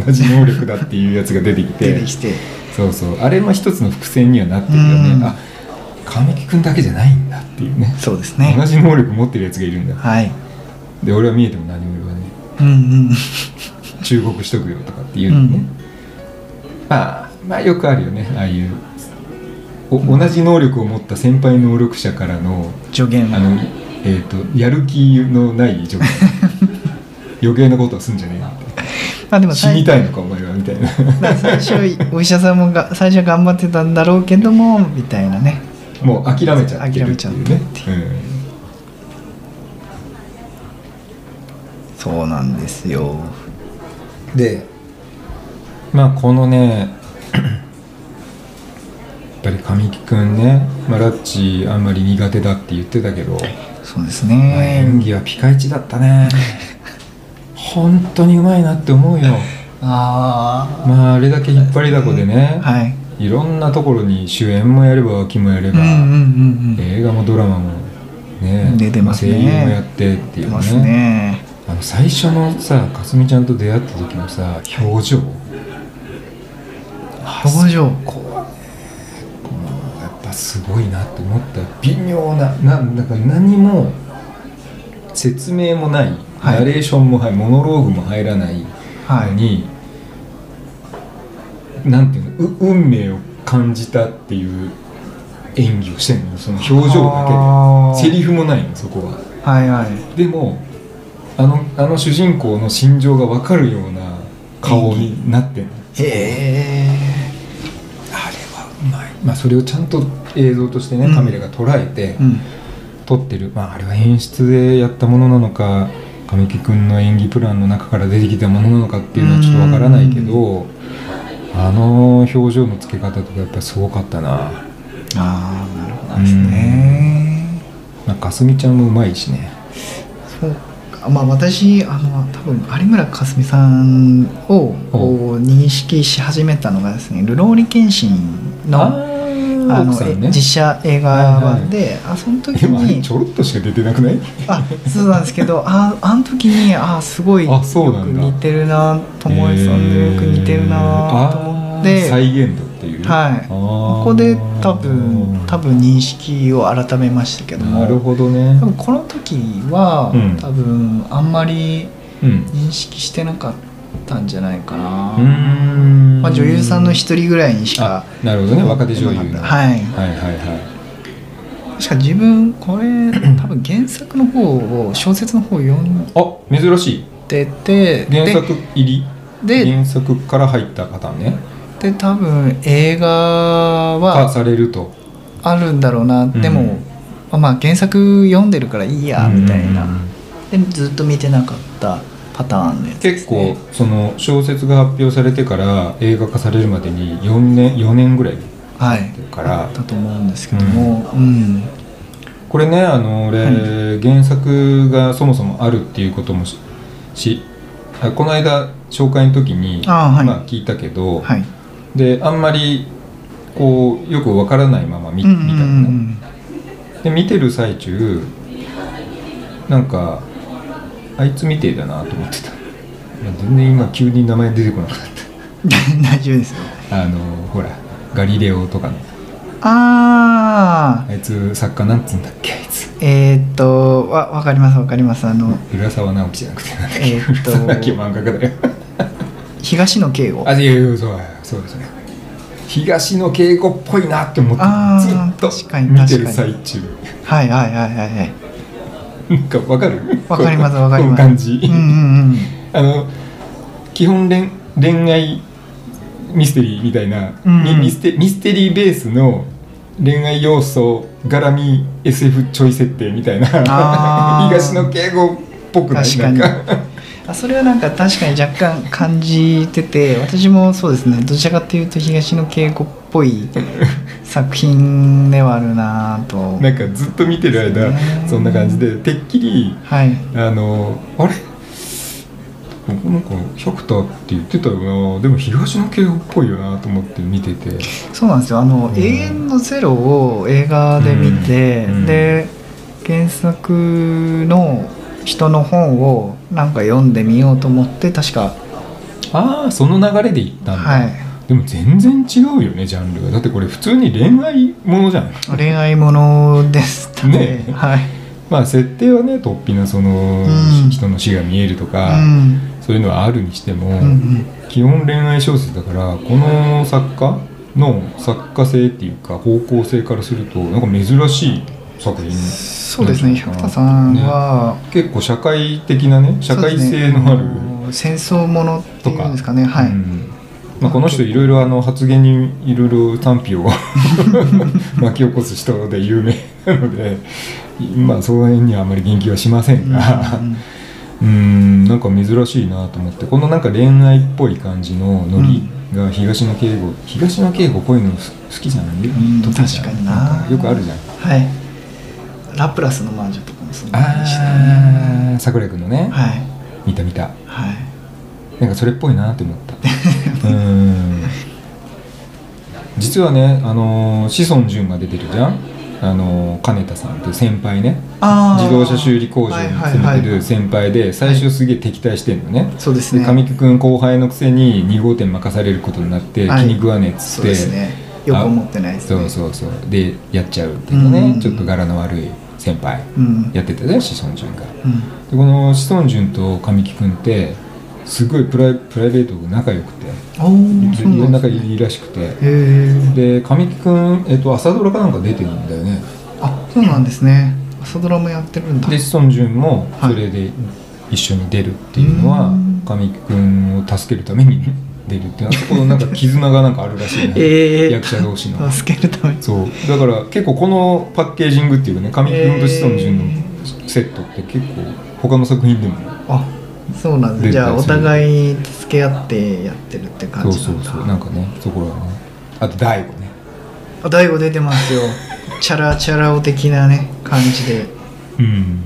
同じ能力だっていうやつが出てきて出てきてそうそうあれも一つの伏線にはなってるよね、うんあ神木君だけじゃないんだっていうねそうですね同じ能力持ってるやつがいるんだはいで俺は見えても何も言わねうんうんえ忠告しとくよとかっていうのね、うんまあまあよくあるよねああいうお同じ能力を持った先輩能力者からの助言あの、えー、とやる気のない 助言余計なことはすんじゃねえなって まあでも死にたいのかお前はみたいなまあ最初お医者さんもが最初は頑張ってたんだろうけどもみたいなねもう諦めちゃってるっていうね諦めちゃってそうなんですようん、でまあこのね やっぱり神木君ね、まあ、ラッチあんまり苦手だって言ってたけどそうですまあ演ね技はピカイチだったね本当にうまいなって思うよあまああれだけ引っ張りだこでね、はいい、ろんなところに主演もやれば脇もやれうんうば、んうんうん出映画もドラマもね出てますね声優もやってっていてうますねねあの最初のさかすみちゃんと出会った時のさ表情表情こはねこうやっぱすごいなと思った微妙なななんか何も説明もない、はいナレーションもはいモノローグも入らないのはいに、なんていうのう運命を感じたっていう演技をしてるのよその表情あーだけでセリフもないのそこははいはいでもあのあの主人公の心情が分かるような顔になってるのへえあれはうまいまあ、それをちゃんと映像としてね、うんカメラが捉えてうん撮ってる、まあ、あれは演出でやったものなのか神木君の演技プランの中から出てきたものなのかっていうのはちょっとわからないけどあの表情のつけ方とかやっぱすごかったな、ああなるほどですね、まあ、かすみちゃんもうまいしねそうかまあ私あの多分有村架純さんをこう認識し始めたのがですね「ルローリケンシンの」あの、奥さんえね実写映画版で、あその時でもあれに ちょろっとしか出てなくないあそうなんですけどああの時にあすごいよあくそうなんだ似てるな友枝さんのよく似てるなと思えーあーって、再現度っていうはいこここで多分多分認識を改めましたけどもなるほどね多分この時は、うん多分あんまりうん認識してなかったんじゃないかな、うーんまあ、女優さんの一人ぐらいにしかあなるほどね若手女優のはいはいはいは確か自分 これ多分原作の方を小説の方を読んいあ珍しいでて原作入でりで原作から入った方ねで多分映画がはされるとあるんだろうな、んでも、まあ、原作読んでるからいいやみたいな、うんでずっと見てなかったパターンのやつで結す構ねその小説が発表されてから映画化されるまでに4年4年ぐらいはいからだと思うんですけども、うんこれねあの俺、原作がそもそもあるっていうこともししあこの間紹介の時にあーはいまあ、聞いたけど、はいであんまりこうよくわからないまま見うん見うたのね、んで見てる最中なんかあいつみてえだなと思ってたいや全然今急に名前出てこなくなっうん 大丈夫ですよたあのほらガリレオとかのああいつ作家なんつうんだっけあいつーえーっとわわかりますわかりますあの浦沢直樹じゃなくてなんだっけ、えーっと浦沢直樹漫画家だよ東野圭吾あいやいやそうだそうですね東野圭吾っぽいなって思ってあーずっ確とかに見てる確かに最中はいはいはいはいはいなんかわかるわかりますわかりますこの感じ、うんうんうんあの基本恋恋愛ミステリーみたいな、うんミミステミステリーベースの恋愛要素絡み SF ちょい設定みたいなあ ー東野敬吾っぽくない確かになんかあそれはなんか確かに若干感じてて私もそうですねどちらかというと東野圭吾っぽい作品ではあるなぁとなんかずっと見てる間ねそんな感じでてっきりはいあのあれなんか百田って言ってたよなでも東野敬吾っぽいよなと思って見ててそうなんですよあの、うん永遠のゼロ」を映画で見て、うんで原作の人の本をなんか読んでみようと思って確かああその流れで行ったんだ、はいでも全然違うよねジャンルがだってこれ普通に恋愛ものじゃん恋愛ものでしたねねえはい、まあ設定はね突飛なその、うん人の死が見えるとうか、んそういうのはあるにしても、うんうん、基本恋愛小説だからこの作家の作家性っていうか方向性からするとなんか珍しい作品そうですねなんていうの百かな田さんは、結構社会的なね社会性のある、そうですね、戦争ものっていうんですかねはい、うんまあ、この人いろいろあの発言にいろいろ賛否を 巻き起こす人で有名なので、まあ、その辺にはあまり言及はしませんが、うん、なんか珍しいなと思ってこのなんか恋愛っぽい感じのノリが東野圭吾東野圭吾こういうの好きじゃない、ん得意じゃ確かになんかよくあるじゃんはいラプラスの魔女とかもそんな感じでしたねああ桜井君のね、はい見た見たはいなんかそれっぽいなって思った うん実はね、あのー志尊淳が出てるじゃん、あのー金田さんっていう先輩ねあー自動車修理工場に勤はいめはていはるい先輩で最初すげえ敵対してんのね、そうですでね神木君後輩のくせに2号店任されることになって気はいに食わねえっつそっうて、ですねよく思ってないですそねうそうそうでやっちゃうっていううんうんねうんちょっと柄の悪い先輩うんやってたね志尊淳が。うんでこの志尊淳と神木君ってすごいプライプライベートが仲良くておおそう家のなん仲でいすねいらしくてへえで神木君、えっと、朝ドラかなんか出てるんだよねあそうなんですね朝ドラもやってるんだで志尊淳もはそいれで一緒に出るっていうのは、うん神木君を助けるために 出るっていうのはそこのなんか絆がなんかあるらしいね、ええ役者同士の助けるためにそうだから結構このパッケージングっていうかね神木君と志尊淳のセットって結構他の作品でもあそうなんです出じたりゃあおする互い助け合ってやってるって感そうじなそんうだそうなんかねそこらねあと大悟ねあ大悟出てますよチャラチャラ男的なね感じでうん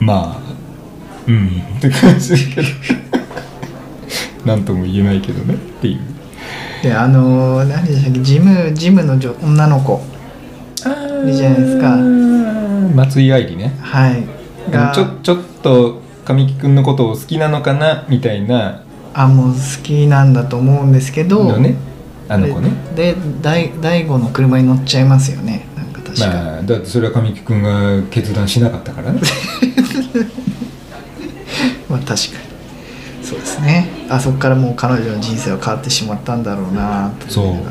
まあうんって感じだけどなんとも言えないけどねっていうであのー何でしたっけジムジムの女女の子いいじゃないですか松井愛理ねはいがちょちょっと神木君のことを好きなのかなみたいなあもう好きなんだと思うんですけどのねあの子ねでで大大悟の車に乗っちゃいますよねなんか確か、まあだってそれは神木君が決断しなかったからねまあ確かにそうですねあそこからもう彼女の人生は変わってしまったんだろうなと思いなが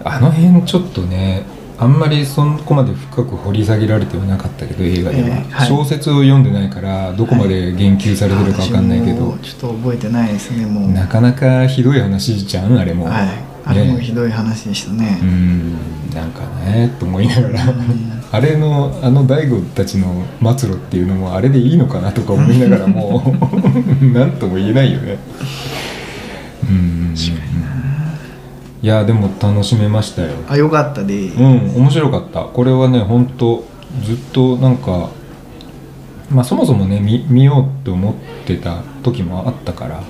らあの辺ちょっとねあんまりそこまで深く掘り下げられてはなかったけど映画では、ええはい小説を読んでないからどこまで言及されてるかわかんないけ私ど、もちょっと覚えてないですねもうなかなかひどい話じゃんあれも、はいあれもねひどい話でしたうーねんなんかねと思いながらん あれのあの大悟たちの末路っていうのもあれでいいのかなとか思いながら もうなんとも言えないよねうんいやでも楽しめましたよあよかったでうん面白かったこれはね本当ずっとなんかまあそもそもね見見ようと思ってた時もあったから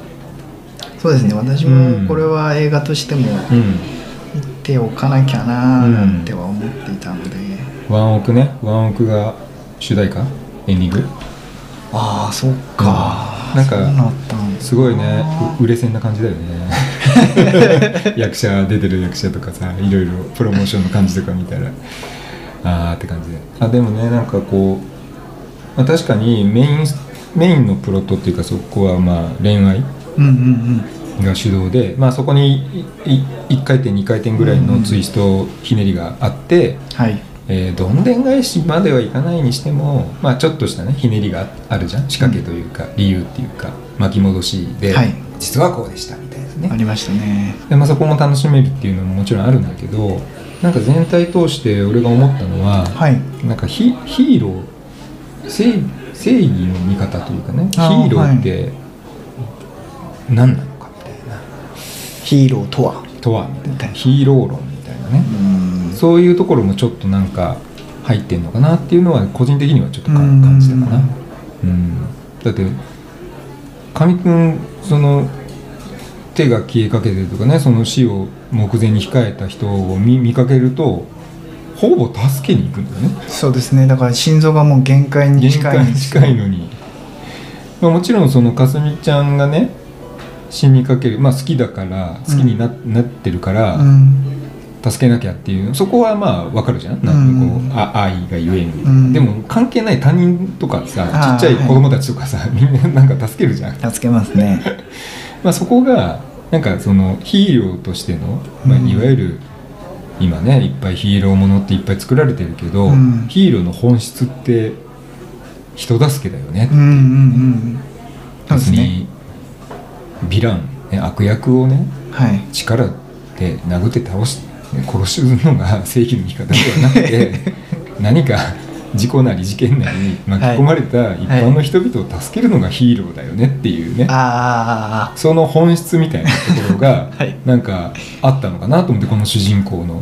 そうですね私うんもこれは映画としてもうん見ておかなきゃなーなんては思っていたので、ワンオクねワンオクが主題歌エンディングああそっか、うんなんかそうなったんだすごいねう売れ線な感じだよね役者出てる役者とかさいろいろプロモーションの感じとか見たらあーって感じであでもねなんかこう、まあ、確かにメインメインのプロットっていうかそこはまあ恋愛うんうんうんが主導で、まあ、そこに1回転2回転ぐらいのツイストひねりがあって、はいえーどんでん返しまではいかないにしても、まあ、ちょっとしたねひねりがああるじゃん仕掛けというか、理由っていうか巻き戻しで、はい実はこうでしたみたいなあねりましたねで、まあ、そこも楽しめるっていうのももちろんあるんだけどなんか全体通して俺が思ったのは、はいなんかヒヒーロー正正義の味方というかねヒあーーローって何なのかみたいな、ヒーローとはとはみたいなヒーロー論みたいなねう、んそういうところもちょっとなんか入ってんのかなっていうのは個人的にはちょっとかうん感じたかな、うん、だって神くんその手が消えかけてるとかねその死を目前に控えた人を見見かけるとほぼ助けに行くんだよねそうですねだから心臓がもう限界に限近界いんにです近いのに、まあ、もちろんそのかすみちゃんがね死にかける、まあ、好きだから好きにな,、なってるから、うん助けなきゃっていうそこはまあわかるじゃんなんかこう、うんあ愛がゆえに、うんでも関係ない他人とかさちあーっちゃい子供たちとかさ、 みんななんか助けるじゃん、助けますねまあ、そこがなんかそのヒーローとしての、まあ、うんいわゆる、今ねいっぱいヒーローものっていっぱい作られてるけど、うんヒーローの本質って人助けだよねうん、うんうんそうで別すねにヴィラン、ね、悪役をねはい力で殴って倒し殺すのが正義の味方ではなく て何か事故なり事件なりに巻き込まれた一般の人々を助けるのがヒーローだよねっていうね、あーあーあその本質みたいなところがはいなんかあったのかなと思ってこの主人公のー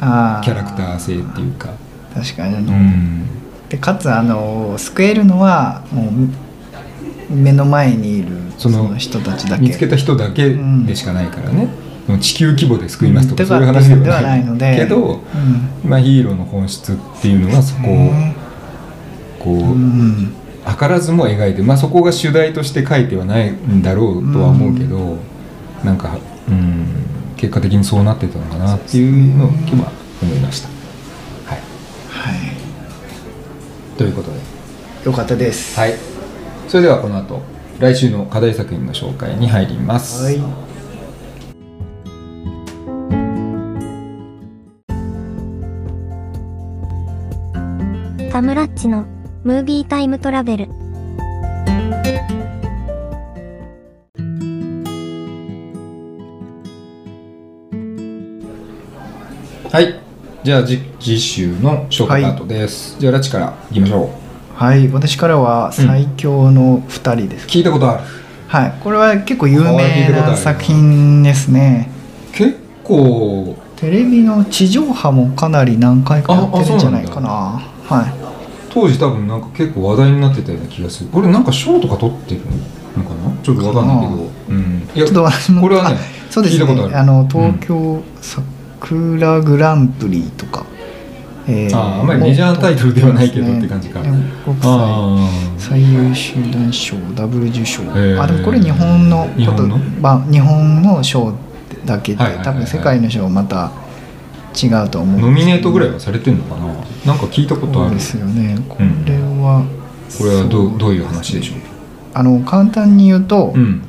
あーキャラクター性っていうか。確かに、うんでかつあの救えるのはもう目の前にいるそそのの人たちだけ見つけた人だけでしかないからね、その地球規模で救いますとかうんそういう話ではないではないのでけど、うんまあ、ヒーローの本質っていうのはそこをねこう、うん図らずも描いて、まあ、そこが主題として書いてはないんだろうとは思うけど、なんか、うん、結果的にそうなってたのかなっていうのを今日は思いました。はい、はいということで、よかったですはい、それではこの後来週の課題作品の紹介に入ります。はいタムラッチのムービータイムトラベル。はいじゃあじ次週のショートカットです、じゃあラチからいきましょうはい私からは最強の2人です、聞いたことあるはいこれは結構有あ俺聞い名たことあなる作品ですね結構テレビの地上波もかなり何回かやってるんじゃないかなは当時多分なんか結構話題になってたような気がするこれなんか賞とか取ってるのかなちょっとわかんないけど、うん、いいちょっと私もこれはねあそうです聞いたことあねるあの東京桜グランプリとか、えあーあんまりメジャータイトルではないけどもうって感じかそうですね国際あー最優秀男賞ダブル受賞、ーあでもこれ日本のこと日本のまあ、日本の賞だけで、はいはいはいはい多分世界の賞また違うと思うノミネートぐらいははされてんのかななんか聞いたことあそうるですよねこれは、これはどうどういうそう話でしょうあの簡単に言うと、うん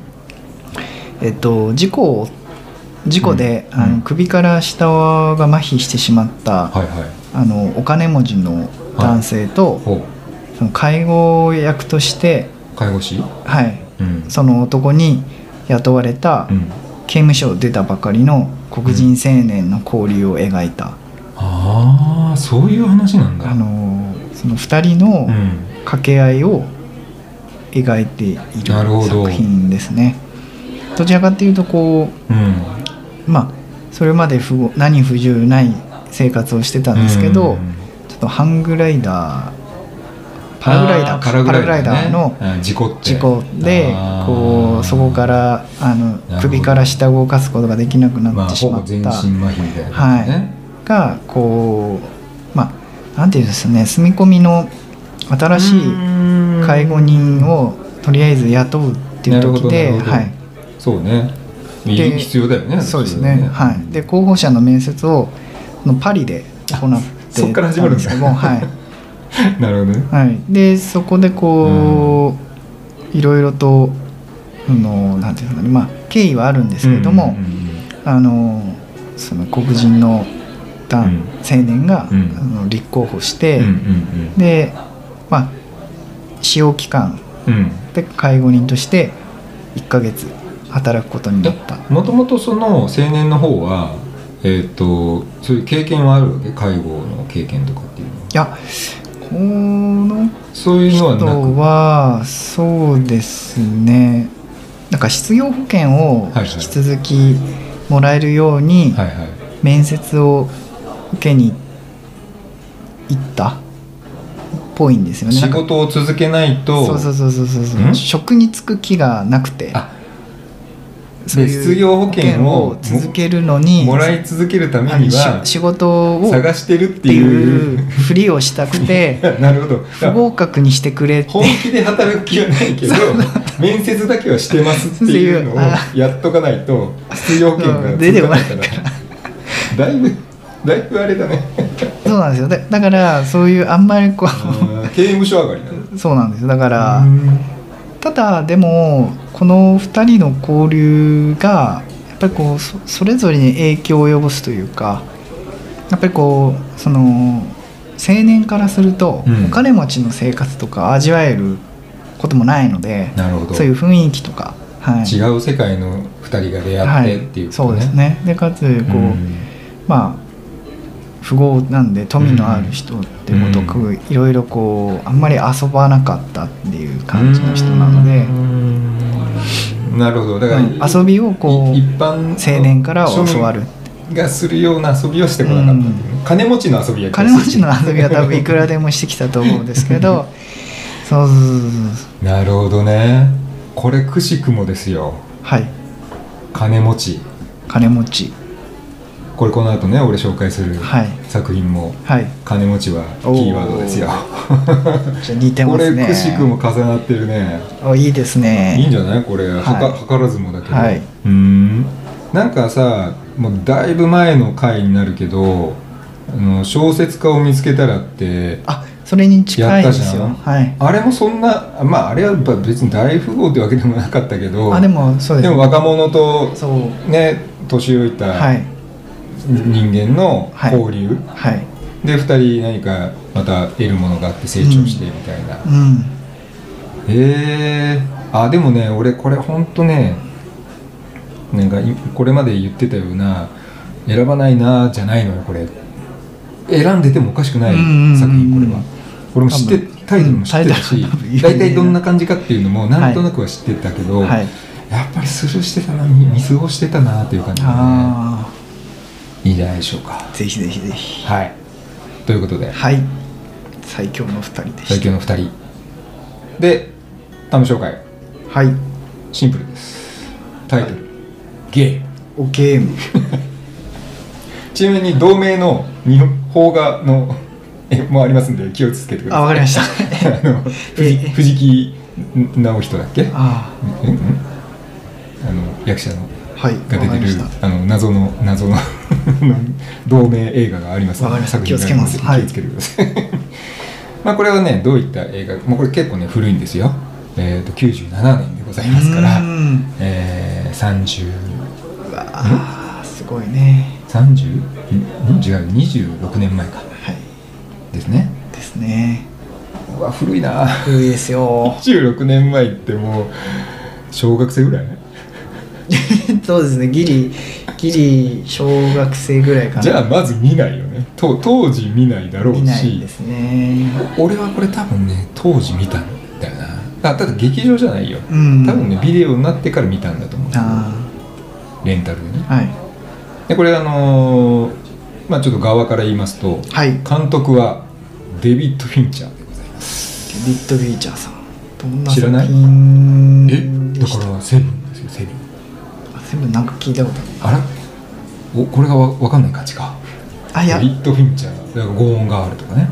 えっと、事故を事故で、うんあうんの首から下が麻痺してしまった、はいはいあのお金持ちの男性と、ほその介護役として、う介護士はい、うんその男に雇われたうん刑務所を出たばかりの黒人青年の交流を描いた、ああそういう話なんだあのーその2人のうん掛け合いを描いているなるほど作品ですね。どちらかというとこうんうまあそれまで不合何不自由ない生活をしてたんですけど、うんちょっとハングライダーパラグライダーあかパラパラググラライイダダーーの、ねうん事故って事故であーこうそこからほあのど首から下を動かすことができなくまなあってしほまぼった全身麻痺みたいなは感いじねがこうまあなんていうんですかね住み込みの新しい介護人をとりあえず雇うっていう時で、なるほどなはるい、そうねで必要だよねそうですねはい、で候補者の面接をのパリで行ってそっから始まるんだたけどもはい。 なるほどねはい、でそこでこう、いろいろとあのなんていうのかな、まあ、経緯はあるんですけれども、うんうんうんあのその黒人の男、うん青年が、うんあの立候補して、うんで、まあ、使用期間うんうんうんで介護人として1ヶ月働くことになった。もともとその青年の方はえっ、とそういう経験はあるわけ介護の経験とかっていうのはいやこのそういうのはな人くはそうですねなんか失業保険をはいはい引き続きもらえるようにはいはい面接を受けに行ったっぽいんですよねな仕んか事を続けないとそうそうそうそうそうん職に就く気がなくてあそういうで失業保険を保険続けるのにもらい続けるためあのにしは仕事をっ探してるってていいううふりをしたく てなるほど不合格にしてくれって本気で働く気はないけど面接だけはしてますっていうのをやっとかないと失業権が出てこかなないいからだいぶだいぶあれだねそうなんですよだだからそういうあんまりこうん刑務所上がりなのう そうなんですよだからうんただでもこの2人の交流がやっぱりこうそそれぞれに影響を及ぼすというかやっぱりこうその青年からすると、うんお金持ちの生活とか味わえることもないのでなるほどそういう雰囲気とか、はい、違う世界の二人が出は会っていっていうこそとうね、ですねでかつこう、うんまあ富豪なんで富のある人っていうことく、いろいろこうあんまり遊ばなかったっていう感じの人なので、うんなるほどだから、うん遊びをこい一う般青年から教わる庶民がするような遊びをしてこなかったっていうね、金持ちの遊びや金持ちの遊びはは多分いくらでもしてきたと思うんですけ どそうそうそうそうなるほどねこれくしくもですよはい金持ち金持ちこれこの後ね俺紹介するはい作品も、はい金持ちはキーワード ですよじゃあ似てこまれすねくしくも重なってるねおいいですいいんねじゃないこれ、はかはい図らずもだけど、はいうーんなんかさもうだいぶ前の回になるけどあの小説家を見つけたらってあそれに近いんですよやったじはいあれもそんなまああれはやっぱ別に大富豪ってわけでもなかったけどあでもそうですでも若者とそうね年老いたはい人間のはい交流、はいで2人何かまた得るものがあって成長してみたいな、うんへえあでもね俺これほんとねなんかいこれまで言ってたような選ばないなーじゃないのよこれ選んでてもおかしくないうんうんうん作品これはこれも知って多分タイトルも知ってたうんしタイトルも多分有名な大体どんな感じかっていうのもなんとなくは知ってたけど、はいやっぱりスルーしてたな見見過ごしてたなっていう感じがねあいいんじゃないでしょうかあぜひぜひぜひはいということではい最強の二人で最し強の2人でタム紹介たはいシンプルですタイトル、ゲイおゲームちなみに同盟の日本邦画の えもありますんで気をつけてくださいあわかり ましたあの藤え藤木直人だっけうんうんああの役者のあはいが出わかてりまるしたあの謎の謎の 同盟映画がありますのでわかりました作品があので気をつけますはい気をつけてください まあこれはねどういった映画、まあ、これ結構ね古いんですよ、えー、と97年でございますからうーんえー、30うわあすごいね30ん違う26年前かはいですねですねうわ古いな古いですよ26年前ってもう小学生ぐらい そうですねギリギリ小学生ぐらいかなじゃあまず見ないよねと当時見ないだろいうないしですね俺はこれ多分ね当時見たんだよなあただ劇場じゃないよ、うん多分ねビデオになってから見たんだと思うあレンタルでねあはいでこれあのーまあちょっと側から言いますとはいデ監督はデビッド・フィンチャーでございますビッド・フィーチャーさんどんな知らない作品でしたらセブンですよセブンあ全部なんか聞いたことあるあらおこれがわわかんない感じかあいやビットフィンチャーだからゴーンガールとかね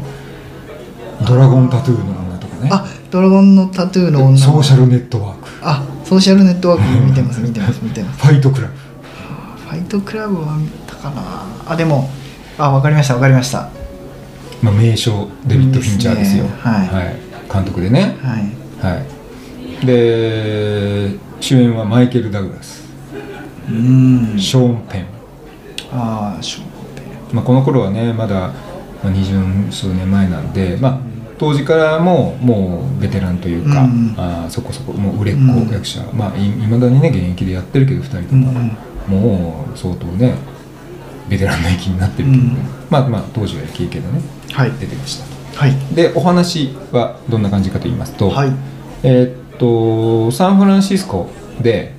ドラゴンタトゥーの女とかねあドラゴンのタトゥーの女ソーシャルルネットワークフあソーシャルネットワークも見てます見てます見てますァイトクラブあファイトクラブは見たかなあでもあわかりましたわかりましたまあ、名称デビッド・フィンチャーですよいいですねはい監督でねはいはいで主演はマイケル・ダグラスうーんショーン・ペン、ああショーペまあ、この頃はねまだまあ二十数年前なんで、まあ、当時からももうベテランというか、うんあーそこそこもう売れっ子役者、まあ、いまだにね現役でやってるけど2人とンうも、んうんもう相当ねベテランの域になってるけどね、うんまあまあ当時はイケイケでねはい出てましたとはいでお話はどんな感じかと言いますと、はいえーっとサンフランシスコで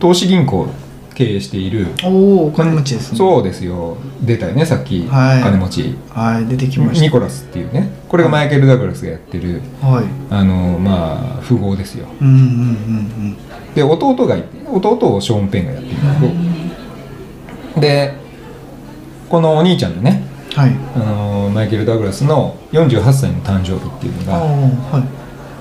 投資銀行を経営しているおおお金持ちですねそうですよ出たよねさっき、はい金持ちはい出てきまニしコラスっていうねこれがマイケル・ダグラスがやってるたはいあのまあ富豪ですようんうんうんで弟がいて弟をショーン・ペンがやってるんだうけんどでこのお兄ちゃんのねはいあのマイケル・ダグラスの48歳の誕生日っていうのああが、は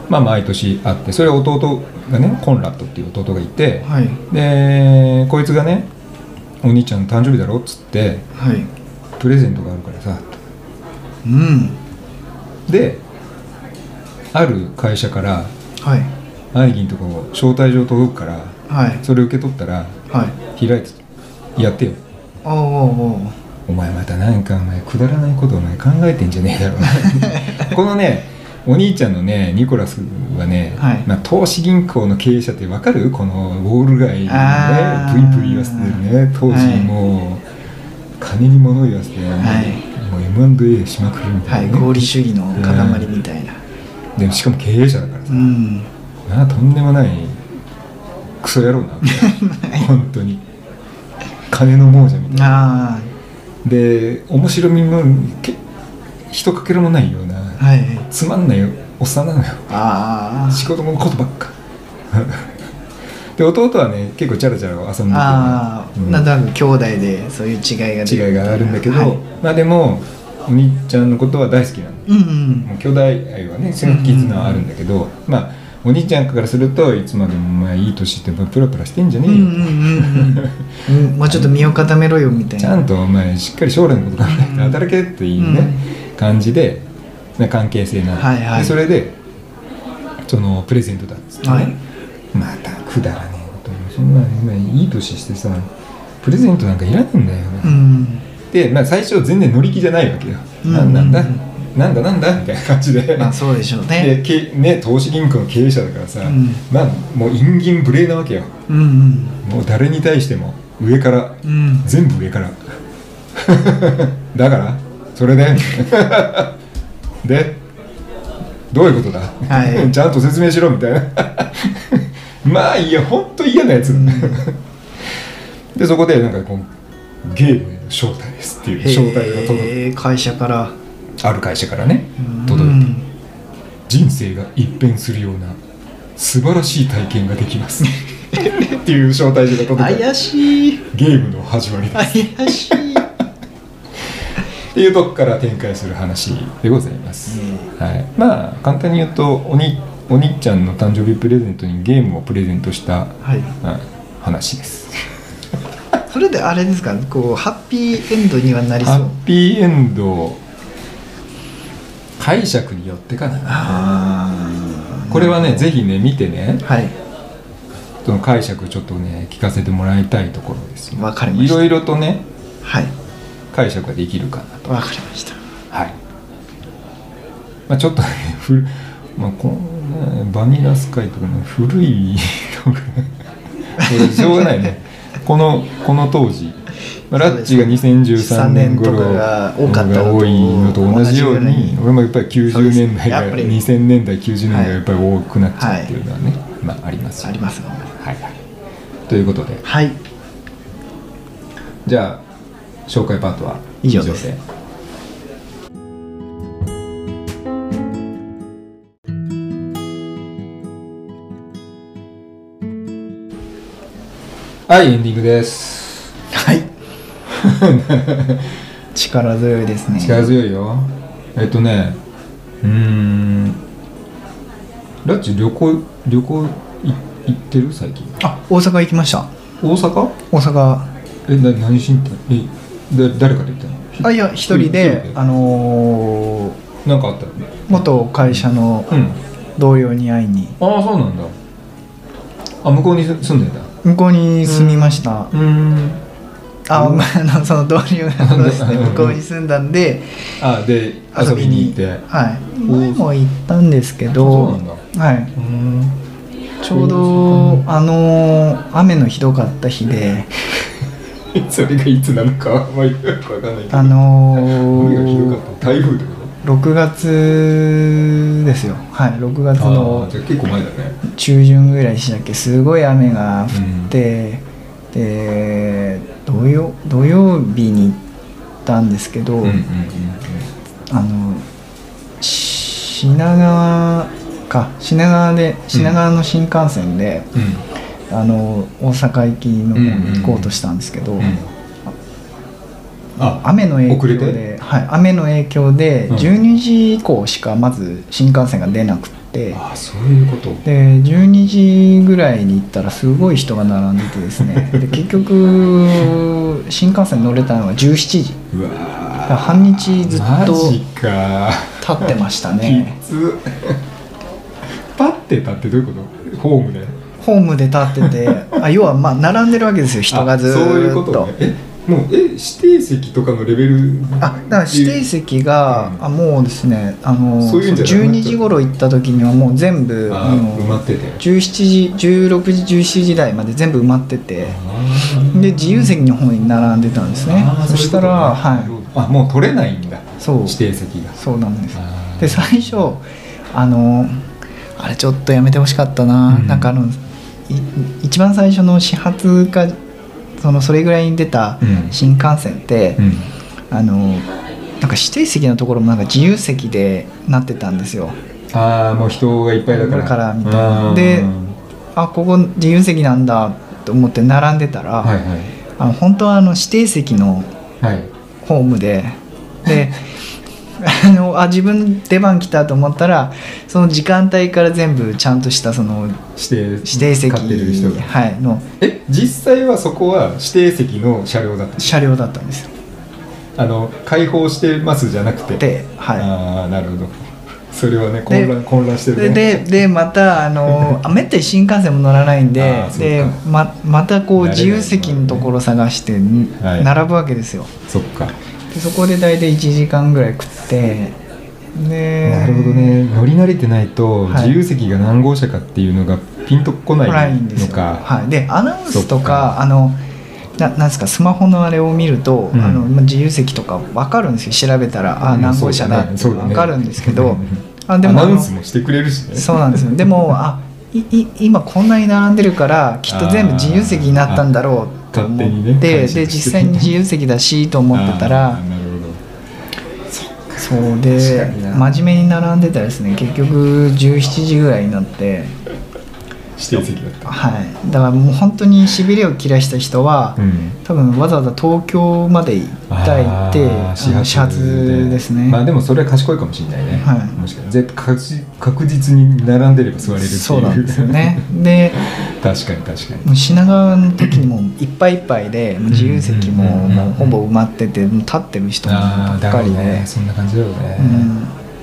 まあ、毎年あってそれ弟がねコンラッドっていう弟がいてい、はいでこいつがね「お兄ちゃんの誕生日だろ」っつってはいプレゼントがあるからさうんである会社からはい兄貴のとこ招待状届くからはいそれ受け取ったらはい開いてやってよおーおーおーお前またなんかお前くだらないことお前考えてんじゃねえだろ うなこのねお兄ちゃんのねニコラスはね、はいまあ、投資銀行の経営者ってわかるこのウォール街にあねープリプリ言わせてね当は時いもう、金に物言わせて、はいもう M&A しまくるみはたいいな、ね合理主義の塊みたいなでしかも経営者だからさう、んなあとんでもないクソ野郎な 本当に金の亡者みたいなあで面白みもけ一かけらもないような、あはいはいつまんないおっさんなのよあ仕事のことばっか で弟はね結構チャラチャラ遊んでてあああうんなんとなく兄弟でそういう違いが出る違いがあるんだけど、はいまあでもお兄ちゃんのことは大好きなのうんうんもう兄弟愛はねすごく絆はあるんだけど、まあお兄ちゃんからするといつまでもお前いい年ってプラプラしてんじゃねうんえうよ、んうん うんうんもうちょっと身を固めろよみたいちなゃんとお前しっかり将来のこと考えて働けっていうね、感じでな関係性な、はいはいでそれでそのプレゼントだっつってね、はいまたくだらねえことそんな今いい年してさプレゼントなんかいらねえんだよ、うんで、まあ、最初全然乗り気じゃないわけよ、うんなんなんだうんなんだなんだみたいな感じで、まあそうでしょうねでけね投資銀行の経営者だからさ、うんまあもう陰銀無礼なわけようんもう誰に対しても上からうんうん全部上から だからそれで でどういうことだ、は いちゃんと説明しろみたいな まあいいやほんと嫌なやつ、うんでそこでなんかこうゲームへの招待ですっていう招待が届くへー会社からある会社からねうん届いて人生が一変するような素晴らしい体験ができます っていう招待状が届く怪しいゲームの始まりです怪しいっていうとこから展開する話でございます、はい、まあ簡単に言うとおにお兄ちゃんの誕生日プレゼントにゲームをプレゼントした、 はいうん話ですそれであれですかこうハッピーエンドにはなりそハうッピーエンド解釈によってかなあこれはねぜひね見てねあはいその解釈ちょっとね聞かせてもらいたいところですよわかりましたいろいろとねはい解釈ができるかなとわかりましたはい、まあ、ちょっとね古まあこのねバニラスカイとかね古いのがこれしょうがないねこのこの当時、まあ、ラッチが2013年頃とかが多かったのと多いのと同じよう同じようにに俺もやっぱりそう90です年代やっがぱり2000年代90年代がやっぱり多くなっちゃうっていうのはね、まあありますよありますよはいはいということではいじゃあ紹介パートは以上ですはいエンディングですはい 力強いですね力強いよえっとねうーんラッチ旅行旅行い行ってる最近あ大阪行きました大阪大阪えな何しに行ったえだ誰かと行ったのあいや一人で一人あのーなんかあったの元会社のうん同僚に会いにああそうなんだあ向こうに住住んでんだ向こうに住みました、うーんああのその同僚がそうですねうん向こうに住んだんであで遊遊びびに行にってはいおー前も行ったんですけそうどなんだはい、うーんちょうどあのー雨のひどかった日で それがいつなのかあんまりよくわかんないけどあの雨がひどーかった台風ってこと6月ですよはい6月あのーじゃあ結構前だね中旬ぐらいでしたっけすごい雨が降って、で土曜土曜日に行ったんですけど、うんうんうんあのし品川か品川で品川の新幹線で、あの大阪行きの方に行こうとしたんですけど、うんうんあ雨の影響遅れで、はい、雨の影響でうん12時以降しかまず新幹線が出なくって、あーそういうことで12時ぐらいに行ったらすごい人が並んでてです ねで結局新幹線乗れたのが17時だうわからー半日ずっとマジか立ってましたー、ねきつ パッてたってどういうことホームでホームで立って てあ要はまあ並んでるわけですよ人がずーっとあそういうことねえもうえ指定席とかのレベルあだから指定席が、うんあもうですねあのそういうんじゃなくなっちゃう12時頃行った時にはもう全部ああー埋まのってて17時16時17時台まで全部埋まっててで自由席の方に並んでたんですねあーそしたらそういうはことねあもう取れないんだいそう指定席がそうなんですあーで最初あのあれちょっとやめてほしかったな、うんなんかあのい一番最初の始発かそのそれぐらいに出たうん新幹線って、うんあのなんか指定席のところもなんか自由席でなってたんですよああもう人がいっぱいだからだからみたいなうんであここ自由席なんだと思って並んでたら、はいはいあの本当はあの指定席のはいホームでであのあ自分出番来たと思ったらその時間帯から全部ちゃんとしたその指定指定席買ってる人がはい、のえ実際はそこは指定席の車両だった車両だったんですよあの開放してますじゃなくてで,、はああなるほどそれはねで混乱混乱しい、てるでねででまたあのあめったに新幹線も乗らないんであーそうかでままた慣こうれない自由席のところ探してんはい並ぶわけですよそっかでそこで大体1時間ぐらい食ってでなるほどね乗り慣れてないとはい自由席が何号車かっていうのがピンとこな来ないいんですのよ、かはい、でアナウンスそっとかかあのななんですかスマホのあれを見ると、うんあのまあ自由席とか分かるんですよ調べたらあうん何号車だってそうだね分かるんですけど、あアでもナあウンのスもしてくれるしねそうなんですよでもあいい今こんなに並んでるからきっと全部自由席になったんだろうと思っあ、勝手てにねで解釈して実際に自由席だしと思ってたあらーなるほどそうで確かにな真面目に並んでたらですね結局17時ぐらいになって。指定席だったはい、だからもう本当にしびれを切らした人は、うん多分わざわざ東京まで行った行ってあーあの始発ですね、まあでもそれは賢いかもしれないね、はいもしかして確実確実に並んでれば座れるっていうそうなんですよねで 確かに確かにもう品川の時にもういっぱいいっぱいでもう自由席もうんうんうんうんもうほぼ埋まっててもう立ってる人もばああっだかろうりで、ねそんな感じだよねう、ん、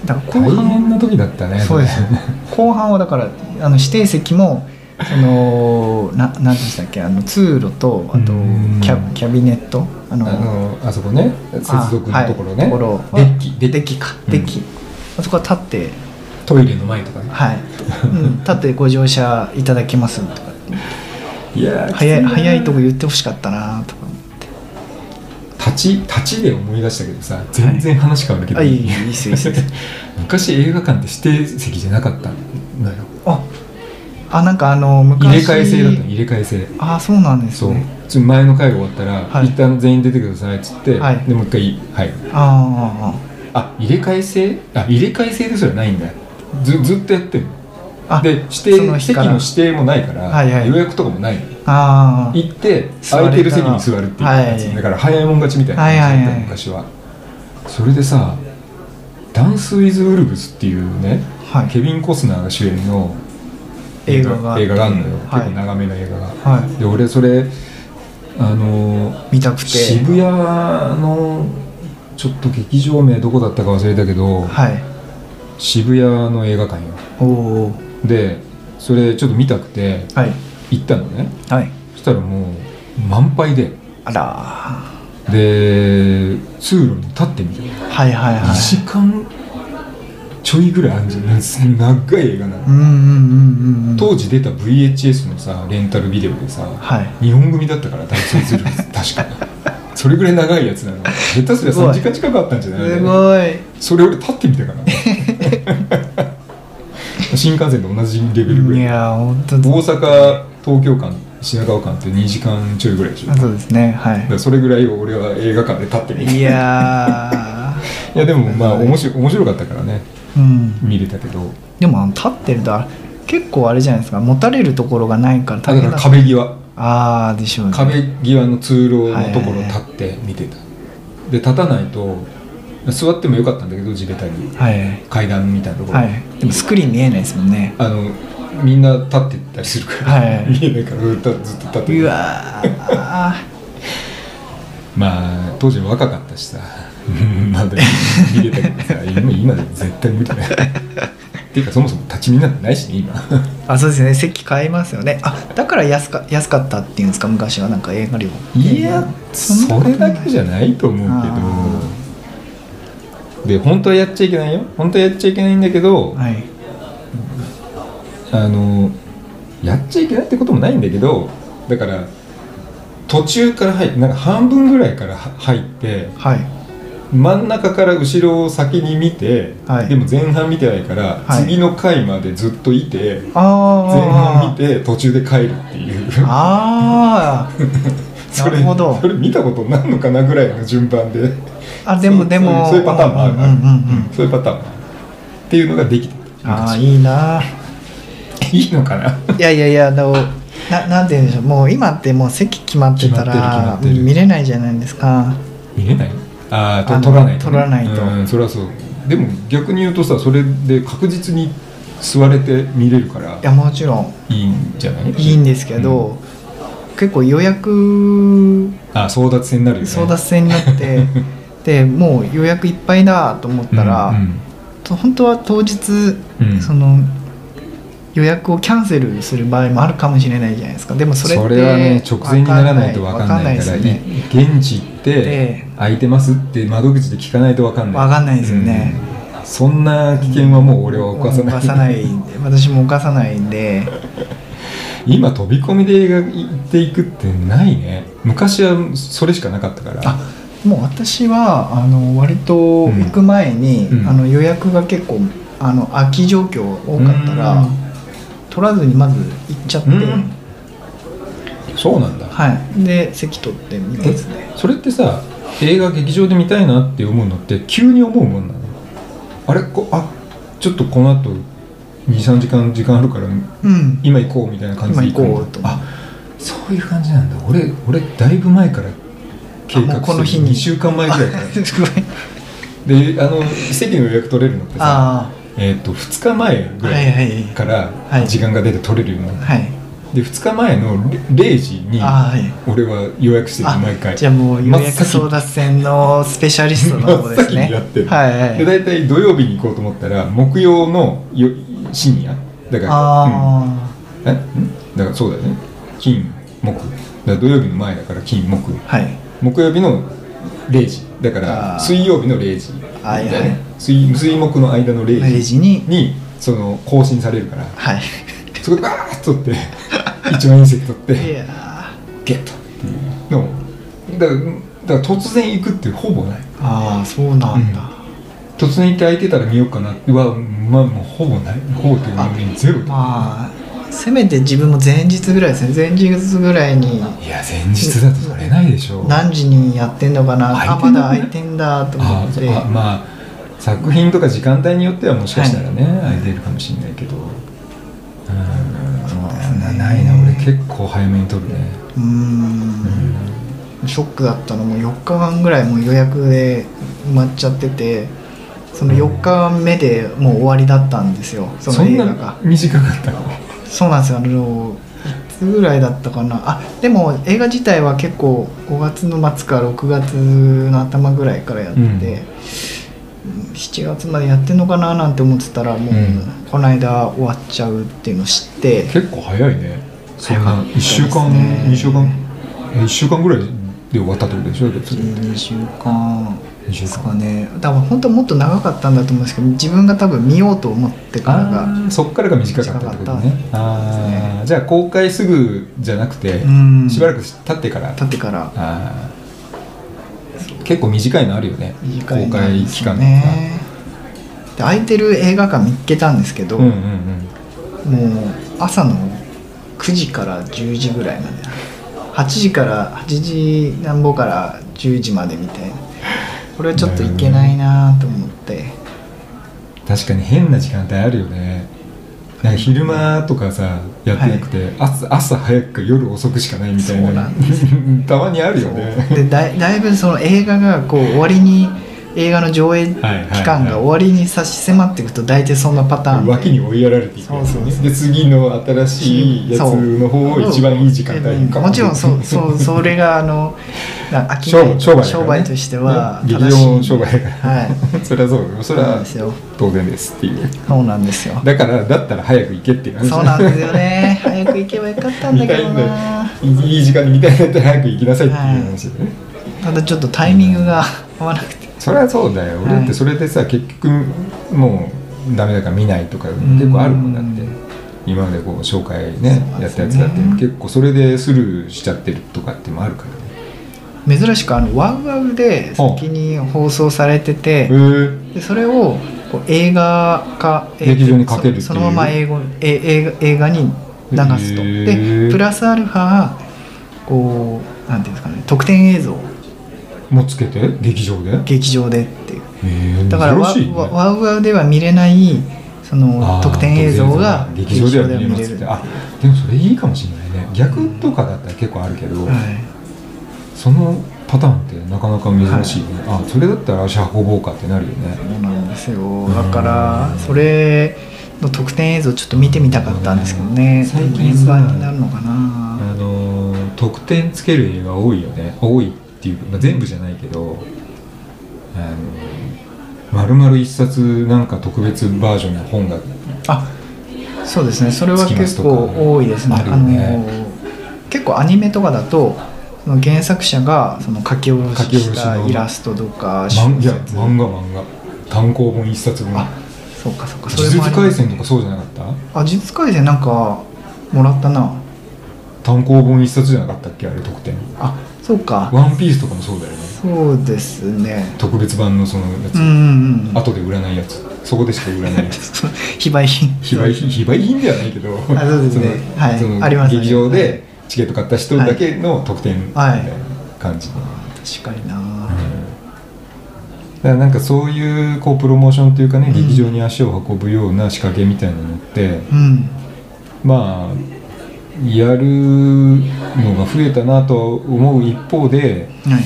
だから後大半変な時だったねそうですよね後半はだからあの指定席もそのななんでしたっけあの通路とあとうんキャキャビネットああののあそこね接続のところね、あはい、ところデッキデッキデッキかうんデッキ、あそこは立ってトイレの前とかね はい、うん、立ってご乗車いただけますとかいやー早いきつな早いとこ言ってほしかったなとか立ち立ちで思い出したけどさ全然話変わるけど、あいいいいいいっすよいいっ すよ昔映画館って指定席じゃなかったのよああなんかあの入れ昔替え制だったの入れ替え制あそうなんですそうねちょ前の回が終わったら、はい一旦全員出てくださいっつって、はいでもう一回入るああ入れ替え制あ入れ替え制ですらないんだずずっとやってるあああで指その定日席からの指定もないから、はいはい予約とかもないのああ行って座れたら空いてる席に座るっていうやつ、はいだから早いもん勝ちみたいな感じだったはいの、はいはい昔はそれでさ「ダンス・ウィズ・ウルブス」っていうね、はいケビン・コスナーが主演の映画が映画があるのよ、はい結構長めの映画が、はで俺それあのー見たくて渋谷のちょっと劇場名どこだったか忘れたけど、はい渋谷の映画館よおおでそれちょっと見たくてはい行ったのねはいそしたらもう満杯であらで通路に立ってみたーはいはいは2時い間ちょいぐらいあるんじゃないですか長い映画なの、うんうんうんうんうん当時出た VHS のさレンタルビデオでさ、はい日本組だったから大成する確 かそれぐらい長いやつなの下手すりゃすご3い時間近くあったんじゃないすごいそれ俺立ってみたから 新幹線と同じレベルぐいらいやー本当大阪東京間品川間って2時間ちょいぐらいでしょだかそうですねはいらそれぐらいを俺は映画館で立ってみたいやいやでもまあ面白面白かったからねー、うん、見れたけどでもあの立ってるとあ結構あれじゃないですか持たれるところがないからた大だ変からだ壁際ああでしょうね壁際の通路のところ立って見てたで立たないと座ってもよかったんだけど地べたにはい階段みたいなところ、はいでもスクリーン見えないですもんねあのみんな立ってたりするから、はい見えないからずっとずっと立ってうるわーまあ当時若かったしさ まだ見れたけどさ今今でも絶対無理 だよっていうかそもそも立ち見なんてないしね今あそうですね席買いますよねあだから安か安かったっていうんですか昔はなんか映画料いやそれだけじゃゃないと思うあけどで本当はやっちゃいけないよ本当はやっちゃいけないんだけど、はいあのやっちゃいけないってこともないんだけどだから途中から入ってなんか半分ぐらいからは入ってはい真ん中から後ろを先に見て、はいでも前半見てないから、はい次の回までずっといてああ前半見て途中で帰るっていうああ そなれるほどそれ見たことないのかなぐらいの順番であでそもうでもそういうそういうパターンもある、うんうんうんうんそういうパターンもあるっていうのができてたああいいなあ昔いいのかないやいやいやあのななんて言うんでしょうもう今ってもう席決まってた決まってらる決まってる見れないじゃないですか見れないあああの取らないと、取らないとうんそれはそうでも逆に言うとさそれで確実に座れて見れるからいやもちろんいいんじゃないいいんですけど、結構予約あ争奪戦になるよね争奪戦になって、 でもう予約いっぱいだと思ったら、うんと本当は当日、うんうんその予約をキャンセルする場合もあるかもしれないじゃないですかでもそそれれってはね直前にならないと分わかんないわからですよねい現地行ってで空いてますって窓口で聞かないと分かんないわかんないですよね、うんそんな危険はもう俺は犯さない犯さない私も犯さないんで今飛び込みで映画行っていくってないね昔はそれしかなかったからあもう私はあの割と行く前に、うんうんあの予約が結構あの空き状況多かったら、うん取らずにまず行っちゃって、うんそうなんだはいで席取ってみたいですねそれってさ映画劇場で見たいなって思うのって急に思うもんなのあれこあちょっとこの後23時間時間あるからうん 今行こうみたいな感じで今行こうとあそういう感じなんだ俺俺だいぶ前から計あも画うこの日に2週間前ぐらいから すごいであの席の予約取れるのってさ、あえー、と2日前あぐはらいいはいはからい時間が出て取れるようになるはいで2日前の0時にあーはい俺は予約してるあ毎回じゃあもう予真っ約先争奪戦のスペシャリストの方で真すっ先ねにやってるはいはいで大体土曜日に行こうと思ったら木曜のよ深夜だからあうんえんだからそうだよね金木だから土曜日の前だから金木あはい木曜日の0時だからあー水曜日の0時みたいな、はいはい水水木の間の0 0時時ににその更新されるからはいそこでバーッと取って 一番いい席取っていやゲットっていうのをだからだから突然行くってほぼないああそうなんだ、突然行って空いてたら見ようかなはまあもうほぼないほぼという人間ゼロだまあせめて自分も前日ぐらいですね前日ぐらいにいや前日だとそれないでしょう何時にやってんのかなあ空いてまんのだ空いてんだとあ思ってあまあ作品とか時間帯によってはもしかしたらね、空いてるかもしれないけどうんなないな俺結構早めに撮るねうーんショックだったのも4日間ぐらいもう予約で埋まっちゃっててその4日目でもう終わりだったんですよそその映ん画なが短かったのそうなんですよあのいつぐらいだったかなあでも映画自体は結構5月の末から6月の頭ぐらいからやって、うんうん7月までやってんのかななんて思ってたらもう、うんこの間終わっちゃうっていうのを知って結構早いねそん早かなった1週間、ですね2週間1週間ぐらいで終わったってことでしょ別に2週間2週ですかねだから本当はもっと長かったんだと思うんですけど自分が多分見ようと思ってからあがーそっからが短かったってことね短あーじゃあ公開すぐじゃなくて、うんしばらく経ってから経ってからあー結構短いのあるよね短い公な開期間とか、ねで空いてる映画館見つけたんですけど、うんうんもう朝の9時から10時ぐらいまで8時から8時なんぼから10時までみたいなこれはちょっといけないなと思ってうん確かに変な時間帯あるよねなんか昼間とかさやってなくて、朝朝早くか夜遅くしかないみたいなそうなん でたまにあるよそうねでだいだいぶその映画がこう終わりに映画の上映期間が終わりに差し迫っていくと大体そんなパターンで脇に追いやられていくやつそうそうそうで次の新しいやつの方を一番いい時間帯にもちろんそうそうそれがあ のな商商売商売だからね商売としてはね正劇し場いの商売だから、はい それはそうよそそうれなんはですよ当然ですっていうそうなんですよだからだったら早く行けっていう話そうなんですよね早く行けばよかったんだ見けたいどんだな よいい時間に見たいんだったら早く行きなさいっていう話でね、ただちょっとタイミングが合わなくてそれはそうだよ俺だってそれでさ結局もうダメだから見ないとか結構あるもんだってうん今までこう紹介ねそやうでっすたねやつだって結構それでスルーしちゃってるとかってもあるからね珍しくあのワウワウで先に放送されててへでそれをこう映画化えー劇場にかけるっていうそのまま英語え映画映画に流すとへーでプラスアルファこうなんていうんですかね特典映像をえもうつけて劇場でへ劇場でっていうえだから珍ワ,、しいねワワウワウでは見れないそのあー特典映像が特典映像が劇場では見れますって劇場ではあでもそれいいかもしれないね逆とかだったら結構あるけど、見れるはいそのパターンってなかなか珍しいね、あそれだったら足運ぼうかってなるよねそうなんですよだからそれの特典映像ちょっと見てみたかったんですけどね最近円さ盤になるのかあなのー得点つける映画多いよね多いっていうか、まあ、全部じゃないけどあのー丸々一冊なんか特別バージョンの本があそうですねそれは結構多いですねつきますとかあねの結構アニメとかだとその原作者がその書き下ろし書きし下ろしたのイラストとかまんいや小説漫画漫画単行本一冊分あそうかそうかそ呪れ術もあり廻ます戦とかそうじゃなかったあ呪術廻戦なんかもらったな単行本一冊じゃなかったっけあれ特典あそうかワンピースとかもそうだよねそうですね特別版のそのやつ、うんうんうん後で売らないやつそこでしか売らないやつそう 非売品非売品非売品ではないけどあそうですねそのはいそのありますね劇場でチケット買った人だけの特典みたいな感じ、確かにな、だからなんかそういうこうプロモーションというかね、うん劇場に足を運ぶような仕掛けみたいなのってうんまあやるのが増えたなと思う一方では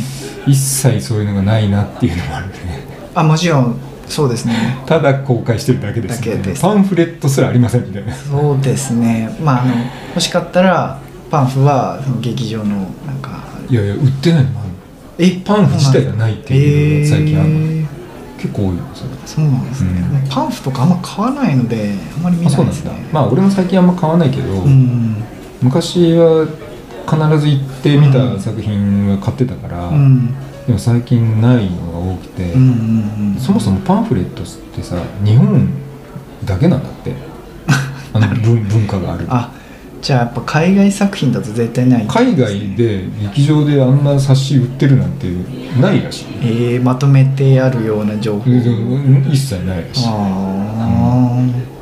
い一切そういうのがないなっていうのもあるんでねあもちろんそうですねただ公開してるだけです,、ね、だけですパンフレットすらありませんみたいなそうですねまああの欲しかったらパンフはその劇場のなんかいやいや売ってないのもあるえパンフ自体がないっていうのが最近あるのえー結構多いよそれそうなんですね、うんパンフとかあんま買わないのであんまり見あなそういなでんすだねまあ俺も最近あんま買わないけど、うん昔は必ず行ってみた作品は買ってたから、うんでも最近ないのが多くて、うんうんうんそもそもパンフレットってさ日本だけなんだって あの文文化があるあじゃあやっぱ海外作品だと絶対ない海外で劇場であんな冊子売ってるなんてないらしいえーまとめてあるような情報、うん一切ないらしいあ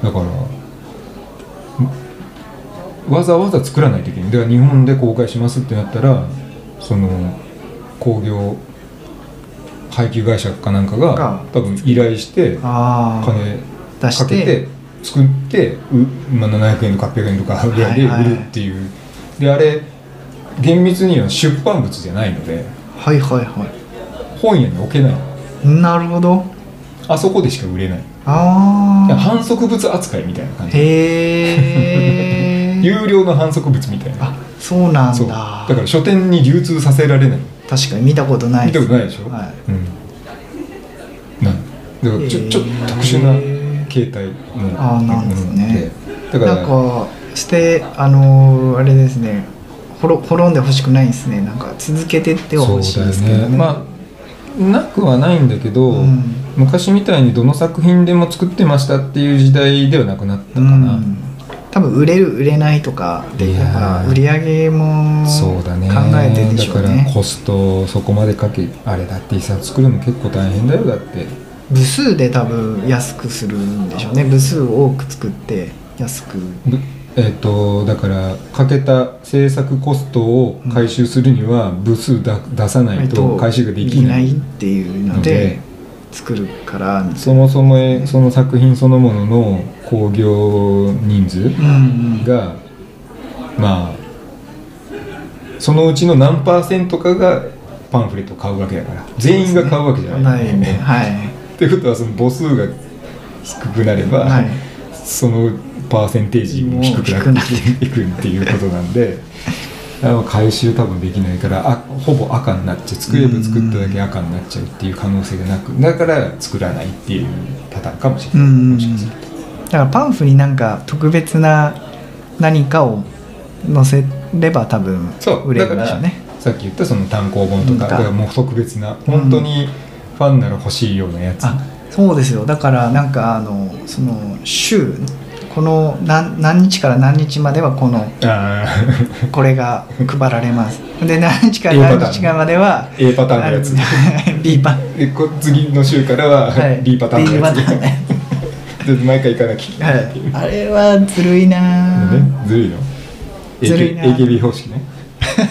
だからわざわざ作らないといけないだから日本で公開しますってなったらその工業配給会社かなんかがが多分依頼してーあー金出しかけてて作ってう、まあ、700円とか800円とかぐらいではい売はいるっていう、であれ厳密には出版物じゃないのではいはいは本屋に置けないいなるほどあそこでしか売れないああ反則物扱いみたいな感じへ え有料の反則物みたいなあそうなんそうだだから書店に流通させられない確かに見たことない見たでことすないでしょ、はいうんなんだからちょ,、ちょっと特殊な形態のあーなんですねうんでだかならんかしてあのーあれですねほろ滅んでほしくないですねなんか続けてってはほしいですけどそうだねよねまあなくはないんだけど、うん昔みたいにどの作品でも作ってましたっていう時代ではなくなったかな、うん多分売れる売れないとかでいやーやっぱ売り上げもそうだね考えてでしょうだからねコストをそこまでかけあれだって一冊作るの結構大変だよだって部数で多分安くするんでしょうね部数を多く作って安くぶえっ、とだからかけた制作コストを回収するには部数だ出さないと回収ができないっていうのでで作るからみたいそもそもえその作品そのものの興行人数なうんうんがまあそのうちの何パーセントかがパンフレットを買うわけだから全員が買うわけじゃない。ないんではい ってことはその母数が低くなれば、はいそのパーセンテージも低くなっていくっていうことなん であの回収多分できないからあほぼ赤になっちゃう作れば作っただけ赤になっちゃうっていう可能性がなくだから作らないっていうパターンかもしれなうい、んもしかするだからパンフになんか特別な何かを載せれば多分とそう売だれかるんでしょらうねさっき言ったその単行本とうんかだだからもう特別な本当にファンなら欲しいようなやつ、あそうですよだからなんかあのその週この何何日から何日まではこのあー これが配られますで何日から何日かまでは A パターンのやつあ の B パターンでこ次の週からははい B パターンのやつ、 B パターンのや で毎回行かなきゃいけないっていう、はい、あれはずるいなぁ、ね、ずるいのずるいな AK AKB 方式ね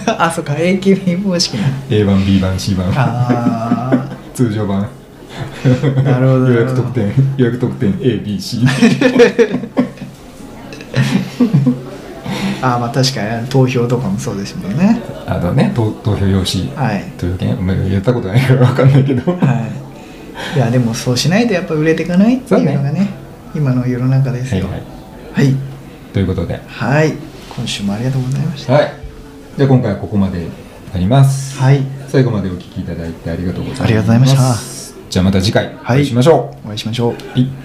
あそっか AKB 方式な A 版 B 版 C 版あ通常版なるほど予約特典予約特典 ABC ーあーまあ確かに投票とかもそうですもんね あのね投投票用紙はい投票券まあやったことないから分かんないけど、はい、いやでもそうしないとやっぱ売れていかないっていうのがそうね今の世の中ではすいよはいはいということではい、今週もありがとうございましたはいじゃあ今回はここまでになります、はい最後までお聞きいただいてありがとうございますありがとうございましたじゃあまた次回おはい会いしましょお会いしましょうう、はい